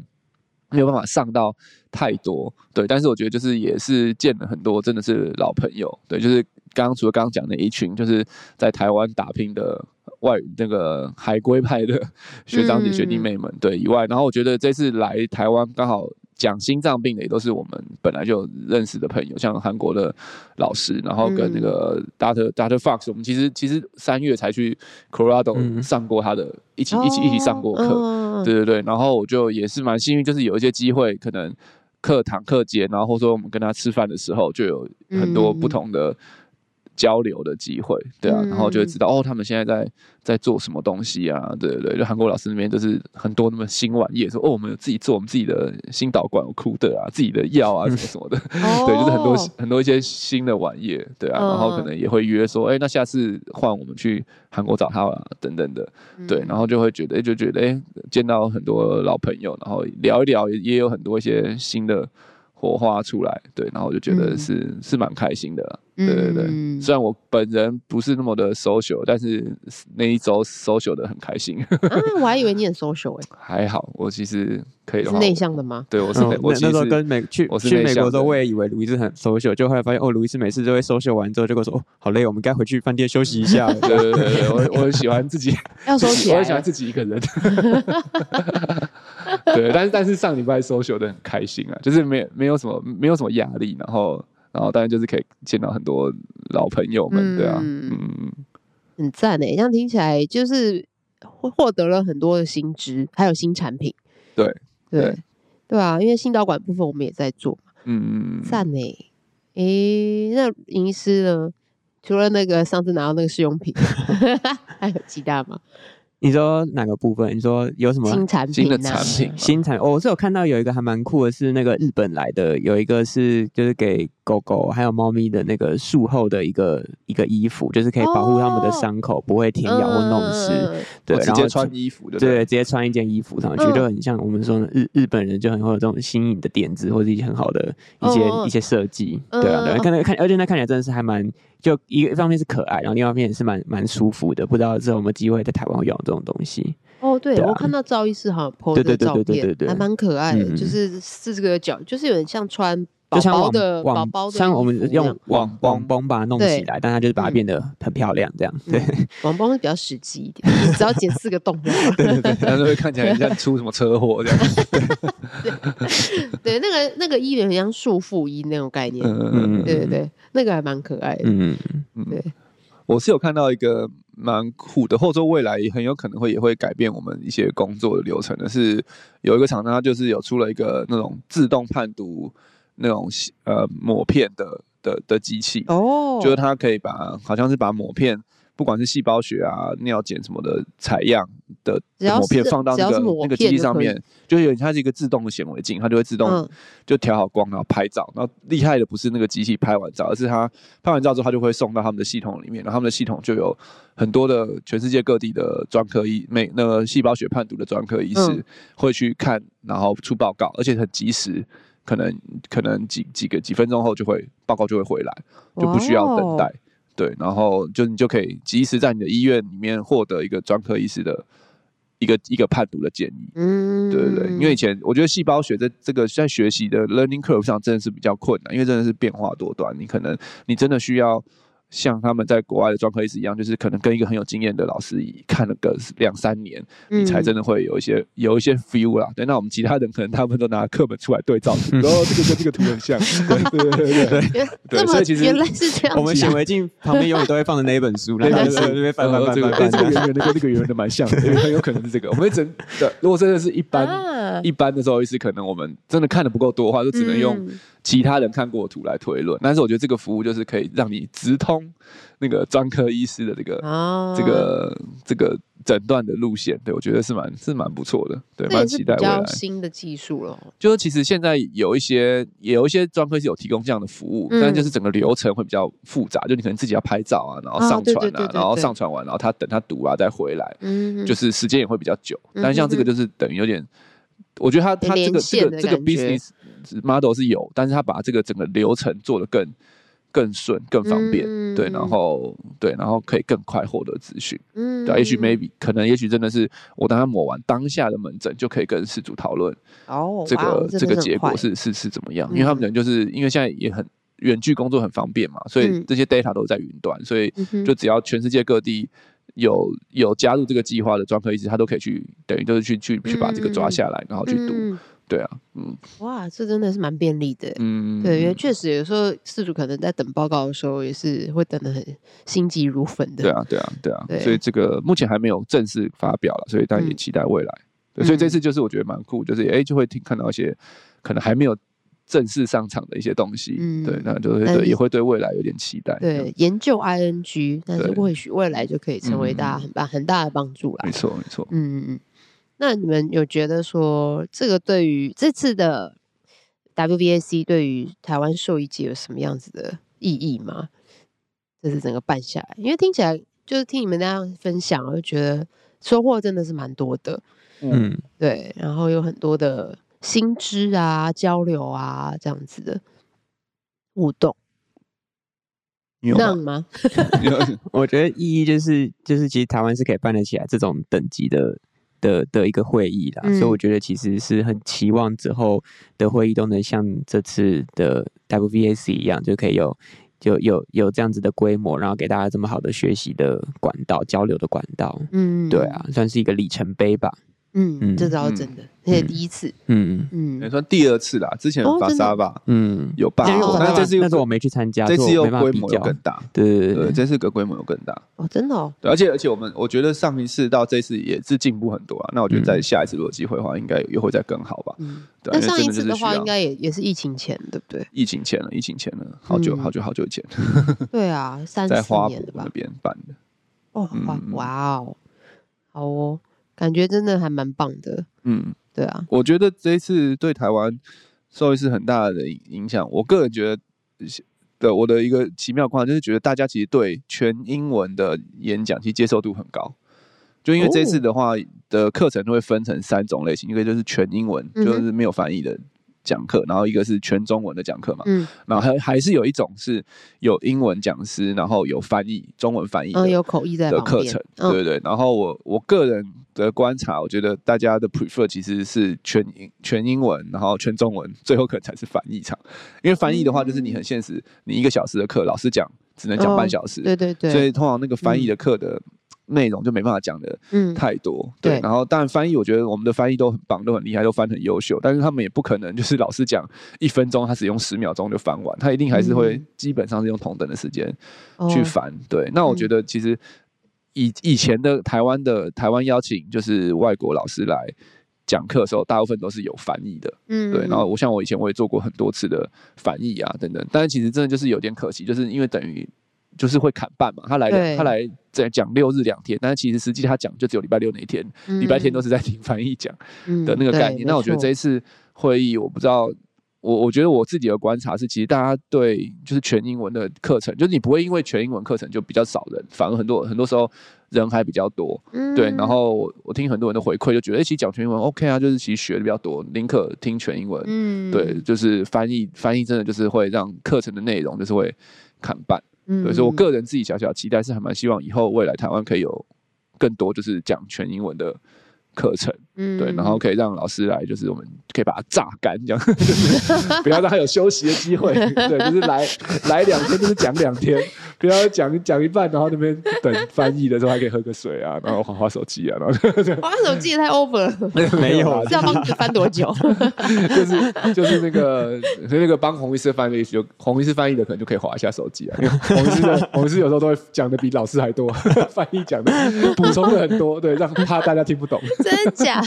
S1: 没有办法上到太多，对，但是我觉得就是也是见了很多真的是老朋友，对，就是刚刚除了刚刚讲的一群就是在台湾打拼的外那个海归派的 学长姐学弟妹们，对以外，然后我觉得这次来台湾刚好。讲心脏病的也都是我们本来就认识的朋友，像韩国的老师，然后跟那
S2: 嗯
S1: 个 Dr. Dr. Fox，我们其实其实三月才去 Colorado
S3: 嗯
S1: 上过他的，一起一起一起上过课，
S2: 哦，
S1: 对对对。然后我就也是蛮幸运，就是有一些机会，可能课堂课间，然后或者说我们跟他吃饭的时候，就有很多不同的交流的机会，对啊。
S2: 嗯
S1: 然后就会知道哦，他们现在在在做什么东西啊？对对对，就韩国老师那边就是很多那么新玩意，说哦，我们有自己做我们自己的心导管哭的啊，自己的药啊什么什么的，
S2: 哦
S1: 对，就是很多很多一些新的玩意，对啊，
S2: 嗯
S1: 然后可能也会约说，哎、那下次换我们去韩国找他吧，等等的，
S2: 嗯
S1: 对，然后就会觉得，哎就觉得，哎、见到很多老朋友，然后聊一聊，也也有很多一些新的火花出来，对，然后我就觉得
S2: 嗯
S1: 是、是蛮开心的啦，
S2: 嗯
S1: 对对对，
S2: 嗯
S1: 虽然我本人不是那么的 social，但是那一周 social 的很开心，
S2: 啊，我还以为你很 social 哎，
S1: 还好，我其实可以
S2: 你
S1: 的
S2: 是
S1: 话，
S2: 内向 的吗？
S1: 对我是、
S3: 嗯
S1: 内，我
S3: 那
S1: 其
S3: 那时候
S1: 实
S3: 跟美去
S1: 我是
S3: 去
S1: 内
S3: 美
S1: 向
S3: 国的时候，
S1: 的
S3: 我也以为卢易斯很 social，就后来发现哦，卢易斯每次都会 social 完之后就跟我说哦，好累，我们该回去饭店休息一下 了。
S1: 对对对对，我我很喜欢自己，
S2: 要收起
S1: 我
S2: 来
S1: 很喜
S2: 了
S1: 欢，自己一个人。 对，但是但是上礼拜 social 的很开心啊，就是没有没有什么没有什么压力，然后然后当然就是可以见到很多老朋友们，对啊，
S2: 嗯
S1: 嗯，
S2: 很赞哎，这样听起来就是获获得了很多的新知，还有新产品，
S1: 对
S2: 对
S1: 对
S2: 对啊，因为心导管部分我们也在做嘛，
S1: 嗯，
S2: 赞哎，诶，那银师呢？除了那个上次拿到那个试 用品，还有其他吗？
S3: 你说哪个部分？你说有什么
S2: 新产品啊
S1: 新的
S2: 呢
S1: 产品嘛，啊
S3: 新产？哦我是有看到有一个还蛮酷的，是那个日本来的，有一个是就是给狗狗还有猫咪的那个术后的一个一个衣服，就是可以保护它们的伤口不会舔咬或弄湿。
S2: 哦嗯
S3: 对，
S1: 我直
S3: 然后
S1: 接穿衣服的，
S3: 对，直接穿一件衣服上去，
S2: 嗯
S3: 就很像我们说的日日本人就很会有这种新颖的点子，或者一些很好的一些、
S2: 嗯嗯
S3: 一些设计，
S2: 嗯
S3: 对啊，对
S2: 嗯
S3: 啊，看那个看，而且那看起来真的是还蛮，就一个一方面是可爱，然后另外一方面也是蛮蛮舒服的。不知道之后有没有机会在台湾会用到这种东西？
S2: 哦，对，
S3: 对啊
S2: 我看到赵医师好像 PO
S3: 对
S2: 的
S3: 对对
S2: 照
S3: 对对对
S2: 片，
S3: 对
S2: 还蛮可爱的，
S3: 嗯
S2: 就是四个角，就是有点像穿宝
S3: 就像
S2: 宝
S3: 网
S2: 的宝
S3: 网
S2: 宝的衣服一样，
S3: 像我们用网
S1: 网
S3: 网绷把它弄
S2: 对
S3: 起来，但它就是把它变得很漂亮，这样对。
S2: 网包会比较实际一点， 你只要剪四个洞就好 了。
S1: 对对对，但是会看起来很像出什么车祸 这样。
S2: 对，那个那个衣很像束缚衣那种概念，
S1: 嗯，
S2: 对对对，那个还蛮可爱的。
S3: 嗯，
S2: 对，
S1: 我是有看到一个蛮酷的，或者说未来也很有可能会也会改变我们一些工作的流程的是，有一个厂商它就是有出了一个那种自动判读那种呃抹片的的的机器，
S2: 哦，
S1: 就是它可以把好像是把抹片。不管是细胞学啊、尿检什么的采样的
S2: 只要
S1: 抹片
S2: 是
S1: 放到
S2: 只
S1: 那
S2: 要
S1: 个
S2: 是抹
S1: 那个
S2: 片
S1: 机器
S2: 就
S1: 上
S2: 可以
S1: 面，就有点它是一个自动的显微镜，它就会自动
S2: 嗯
S1: 就调好光，然后拍照。然后厉害的不是那个机器拍完照，而是它拍完照之后，它就会送到他们的系统里面，然后他们的系统就有很多的全世界各地的专科医每那个细胞学判读的专科医师、
S2: 嗯
S1: 会去看，然后出报告，而且很及时。可能可能几几个几分钟后就会报告就会回来，就不需要等待。
S2: 哇哦
S1: 对，然后就你就可以及时在你的医院里面获得一个专科医师的一个一个判读的建议。
S2: 嗯，
S1: 对对对，因为以前我觉得细胞学在这个在学习的 learning curve 上真的是比较困难，因为真的是变化多端，你可能你真的需要像他们在国外的专科医师一样，就是可能跟一个很有经验的老师看了个两三年，你
S2: 嗯
S1: 才真的会有一些有一些 feel 啦。对，那我们其他人可能他们都拿课本出来对照图，然后这个跟这个图很像， 对对对对对。
S2: 原
S1: 对
S2: 这么
S1: 所以其实
S2: 原来是这样
S3: 我们
S2: 子
S3: 显微镜旁边永远都会放的那一本 书，然
S1: 对
S3: 后
S1: 对
S3: 就在那边翻翻
S1: 呃
S3: 翻
S1: 这个
S3: 翻
S1: 这
S3: 翻
S1: 个
S3: 翻，
S1: 圆圆的跟这个圆圆的蛮 像的，很有可能是这个。我们整的，如果真的是一般
S2: 啊，
S1: 一般的时候，是可能我们真的看的不够多的话，就只能用
S2: 嗯
S1: 其他人看过的图来推论。但是我觉得这个服务就是可以让你直通那个专科医师的这个、
S2: 啊
S1: 这个这个诊断的路线，对我觉得是蛮是蛮不错的，对，
S2: 这
S1: 蛮
S2: 也
S1: 期
S2: 是比
S1: 待未来
S2: 较。新的技术了。
S1: 就是其实现在有一些也有一些专科是有提供这样的服务，
S2: 嗯
S1: 但就是整个流程会比较复杂，就你可能自己要拍照啊，然后
S2: 啊
S1: 上
S2: 对
S1: 传
S2: 对对对
S1: 然后
S2: 对
S1: 上传完，然后他等他读啊再回来，
S2: 嗯，
S1: 就是时间也会比较久。
S2: 嗯
S1: 但像这个
S2: 嗯
S1: 就是等于有点，我觉得他他这
S2: 连
S1: 个
S2: 线
S1: 这
S2: 的
S1: 个这个
S2: 感觉
S1: business model 是有，但是他把这个整个流程做得更更顺、更方便，
S2: 嗯
S1: 对，
S2: 嗯
S1: 然后对，然后可以更快获得资讯，
S2: 嗯，
S1: 对啊、也许 maybe 可能也许真的是我当他抹完当下的门诊就可以跟事主讨论
S2: 哦，
S1: 这
S2: 哇
S1: 个
S2: 哦
S1: 这个
S2: 真的
S1: 结
S2: 很快
S1: 果是是是怎么样，
S2: 嗯
S1: 因为他们可能就是因为现在也很远距工作很方便嘛，所以
S2: 嗯
S1: 这些 data 都在云端，所以
S2: 嗯哼
S1: 就只要全世界各地有有加入这个计划的专科医师，他都可以去，等于就是去去去把这个抓下来，然后去读。
S2: 嗯
S1: 对啊，嗯
S2: 哇，这真的是蛮便利的。
S1: 嗯，
S2: 对，因为确实有时候事主可能在等报告的时候，也是会等得很心急如焚的。
S1: 对啊，对啊，对啊，
S2: 对
S1: 所以这个目前还没有正式发表了，所以但也
S2: 嗯
S1: 期待未来。对，
S2: 嗯
S1: 所以这次就是我觉得蛮酷，就是哎、诶就会听看到一些可能还没有正式上场的一些东西。
S2: 嗯
S1: 对，那就会
S2: 但
S1: 对
S2: 是
S1: 也会对未来有点期待。这样
S2: 对，研究 ING，但是
S1: 对嗯
S2: 或许未来就可以成为大家很大、很大的帮助啦
S1: 没。错没错。
S2: 嗯，嗯嗯那你们有觉得说这个对于这次的 WBAC 对于台湾兽医界有什么样子的意义吗？这是整个办下来，因为听起来就是听你们那样分享，我就觉得收获真的是蛮多的。
S1: 嗯，
S3: 嗯，
S2: 对，然后有很多的心知啊、交流啊这样子的互动，
S1: 你有
S2: 这样
S1: 吗？
S2: 吗？
S1: 你有
S3: 我觉得意义就是就是其实台湾是可以办得起来这种等级的。的的一个会议啦，
S2: 嗯
S3: 所以我觉得其实是很期望之后的会议都能像这次的 WVAC 一样，就可以有就有有这样子的规模，然后给大家这么好的学习的管道、交流的管道。
S2: 嗯，
S3: 对，啊，算是一个里程碑吧。
S2: 嗯，
S3: 嗯
S2: 这倒是真的，而且第一次，
S3: 嗯
S1: 也
S2: 嗯，
S1: 算第二次啦，之前
S2: 哦
S1: 法
S2: 真的
S1: 沙吧
S3: 嗯，
S1: 有办
S2: 有
S1: 过，
S2: 办
S1: 但
S2: 过
S1: 这次
S3: 那时候我
S1: 又
S3: 没去参加，
S1: 这
S3: 所
S1: 次
S3: 以
S1: 又
S3: 我没办法
S1: 规
S3: 比
S1: 模又
S3: 较。
S1: 更大，
S3: 对对
S1: 对，
S3: 对，
S1: 呃这 次个规模又更大，
S2: 哦，真的哦，
S1: 对，而且而且我们我觉得上一次到这次也是进步很多啊，那我觉得
S3: 嗯
S1: 在下一次如果有机会的话，应该也会再更好吧，
S2: 嗯，
S1: 对啊，因
S2: 那
S1: 为
S2: 上一
S1: 真
S2: 次
S1: 就是
S2: 的
S1: 需
S2: 话，
S1: 要？
S2: 应该也也是疫情前，对不对
S1: 疫情前了，疫情前了，好久
S2: 嗯
S1: 好久好久以前，
S2: 对啊，三
S1: 在
S2: 四
S1: 花
S2: 年
S1: 博
S2: 了吧
S1: 那？边办的，
S2: 哦，哇
S1: 嗯
S2: 哇哦，好哦，感觉真的还蛮棒的，
S1: 嗯，
S2: 对啊，
S1: 我觉得这一次对台湾受益是很大的影影响，我个人觉得的我的一个奇妙观察，就是觉得大家其实对全英文的演讲其实接受度很高。就因为这
S2: 哦
S1: 次的话的课程会分成三种类型，一个就是全英文，
S2: 嗯哼
S1: 就是没有翻译的讲课，然后一个是全中文的讲课嘛，
S2: 嗯，
S1: 然后还还是有一种是有英文讲师，然后有翻译中文翻译的
S2: 嗯，有口译在
S1: 的
S2: 旁
S1: 课
S2: 边
S1: 程，
S2: 嗯
S1: 对对对。然后我我个人的观察，我觉得大家的 prefer 其实是全英全英文，然后全中文，最后可能才是翻译场。因为翻译的话，就是
S2: 嗯
S1: 你很现实，你一个小时的课，老师讲只能讲
S2: 哦
S1: 半小时，
S2: 对对对，
S1: 所以通常那个翻译的课的内容就没办法讲的
S2: 嗯，
S1: 太多。
S2: 对
S1: 对，然后当然翻译，我觉得我们的翻译都很棒，都很厉害，都翻得很优秀，但是他们也不可能就是老师讲一分钟，他只用十秒钟就翻完，他一定还是会
S2: 嗯
S1: 基本上是用同等的时间。
S2: 哦
S1: 去烦。对，那我觉
S2: 嗯
S1: 得其实以以前的台湾的台湾邀请就是外国老师来讲课的时候，大部分都是有翻译的。
S2: 嗯，
S1: 对，
S2: 嗯
S1: 然后我像我以前我也做过很多次的翻译啊等等，但是其实真的就是有点可惜，就是因为等于。就是会砍半嘛，他来
S2: 对
S1: 他来在讲六日两天，但是其实实际他讲就只有礼拜六那一天，
S2: 嗯
S1: 礼拜天都
S2: 嗯
S1: 是在听翻译讲。
S2: 嗯
S1: 的那个
S2: 对
S1: 概念。那
S2: 没
S1: 我觉得
S2: 错
S1: 这一次会议，我不知道，我我觉得我自己的观察是，其实大家对就是全英文的课程，就是你不会因为全英文课程就比较少人，反而很多很多时候人还比较多。对，然
S2: 嗯
S1: 后我我听很多人的回馈，就觉得、诶其实讲全英文 OK 啊，就是其实学的比较多，宁可听全英文。
S2: 嗯，
S1: 对，就是翻译翻译真的就是会让课程的内容就是会砍半。
S2: 嗯，
S1: 对，所以我
S2: 嗯
S1: 个人自己小小期待是还蛮希望以后未来台湾可以有更多就是讲全英文的课程。
S2: 嗯
S1: 对，然后可以让老师来，就是我们可以把它榨干，这样，就是 不要让他有休息的机会。对，就是来来两天，就是讲两天，不要讲讲一半，然后那边等翻译的时候还可以喝个水啊，然后划划手机啊，然后
S2: 哇，他手机也太 over 了，
S3: 没有
S1: 啊
S3: 啊，
S2: 是要 帮你翻多久？
S1: 就是就是那个那个帮红医师翻译，有红医师翻译的可能就可以划一下手机啊，因为红医师的红医师有时候都会讲的比老师还多， 翻译讲的补充的很多，对，让怕大家听不懂。
S2: 真的假？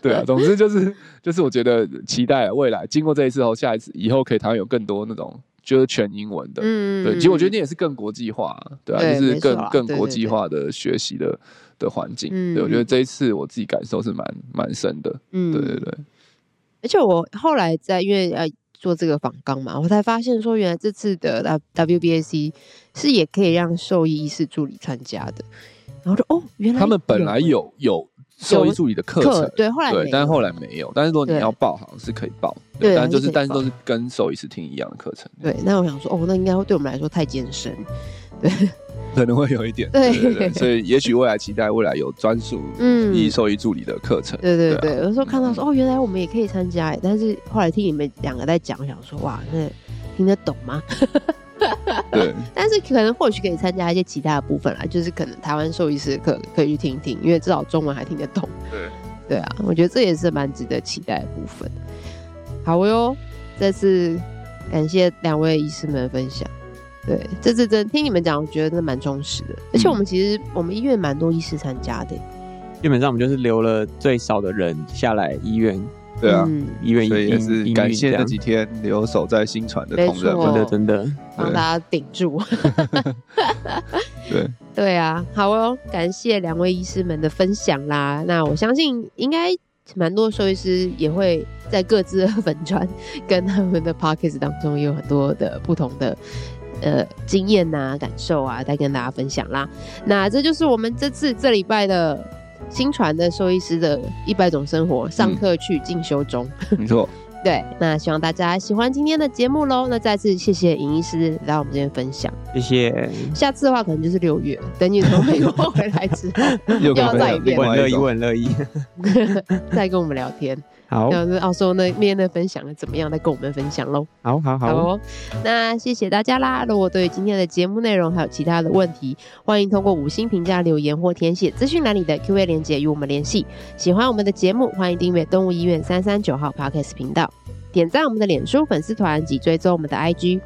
S1: 对啊，总之就是就是我觉得期待未来经过这一次后，下一次以后可以台湾有更多那种就是全英文的。
S2: 嗯，
S1: 对，其实我觉得你也是更国际化，对啊，
S2: 对
S1: 就是
S2: 没错
S1: 更
S2: 啦
S1: 更
S2: 对
S1: 国
S2: 对
S1: 际
S2: 对
S1: 化的学习的的环境。
S2: 嗯
S1: 对，我觉得这一次我自己感受是蛮蛮深的。
S2: 嗯，
S1: 对对对，
S2: 而且我后来在因为呃做这个访纲嘛，我才发现说，原来这次的 W B A C 是也可以让兽医医师助理参加的。然后就哦，原来
S1: 他们本来
S2: 欸
S1: 有有兽医助理的课程。
S2: 对，后来
S1: 对
S2: 没，
S1: 但是
S2: 有
S1: 后来没有。但是如果你
S2: 对
S1: 要报，好像是可以报，
S2: 对
S1: 但
S2: 还
S1: 就是
S2: 可以
S1: 但是
S2: 报
S1: 都是跟兽医师听一样的课程，
S2: 对，那我想说，哦，那应该会对我们来说太艰深。
S1: 可能会有一点。
S2: 对
S1: 对对，所以也许未来期待未来有专属
S2: 嗯
S1: 医兽医助理的课程。
S2: 对对
S1: 对啊
S2: 对，有时候看到说哦，原来我们也可以参加欸，但是后来听你们两个在讲，我想说哇，那听得懂吗？
S1: 对，
S2: 但是可能或许可以参加一些其他的部分啦，就是可能台湾兽医师的课可以去听听，因为至少中文还听得懂。
S1: 对
S2: 对啊，我觉得这也是蛮值得期待的部分。好哟，这次感谢两位医师们的分享。对，这次真听你们讲，我觉得真的蛮充实的。
S1: 嗯
S2: 而且我们其实、我们医院蛮多医师参加的欸、
S3: 基本上我们就是留了最少的人下来医院，
S1: 对啊，
S2: 嗯，
S3: 医院
S1: 所以也是感谢
S3: 自
S1: 那
S3: 己，
S1: 几天留守在新传的同仁们
S2: 没错。
S3: 真的真的，
S2: 帮
S1: 对
S2: 大家顶住。
S1: 对
S2: 对啊，好哦，感谢两位医师们的分享啦。那我相信应该蛮多兽医师也会在各自的粉砖 跟他们的 p o c k e t 当中也有很多的不同的。呃，经验呐、感受啊，再跟大家分享啦。那这就是我们这次这礼拜的新传的兽医师的一百种生活上
S1: 嗯
S2: 课去进修中。
S1: 没错，
S2: 对，那希望大家喜欢今天的节目喽。那再次谢谢尹医师来我们这边分享。
S3: 谢谢。
S2: 下次的话可能就是六月，等你从美国回来之后
S1: 又
S2: 要再一遍
S3: 我很
S1: 问
S3: 乐意，我很乐意。
S2: 再跟我们聊天，
S3: 好，
S2: 然后是澳洲那面的分享的怎么样，再跟我们分享喽。
S3: 好，好，
S2: 好
S3: 好，
S2: 哦，那谢谢大家啦！如果对今天的节目内容还有其他的问题，欢迎通过五星评价留言或填写资讯栏里的 Q&A 连接与我们联系。喜欢我们的节目，欢迎订阅动物医院三三九号 Podcast 频道，点赞我们的脸书粉丝团及追踪我们的 IG。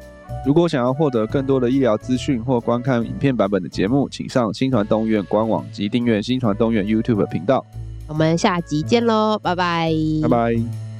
S1: 如果想要获得更多的医疗资讯或观看影片版本的节目，请上新传动物院官网及订阅新传动物院 YouTube 频道。
S2: 我们下集见喽，拜拜，
S1: 拜拜。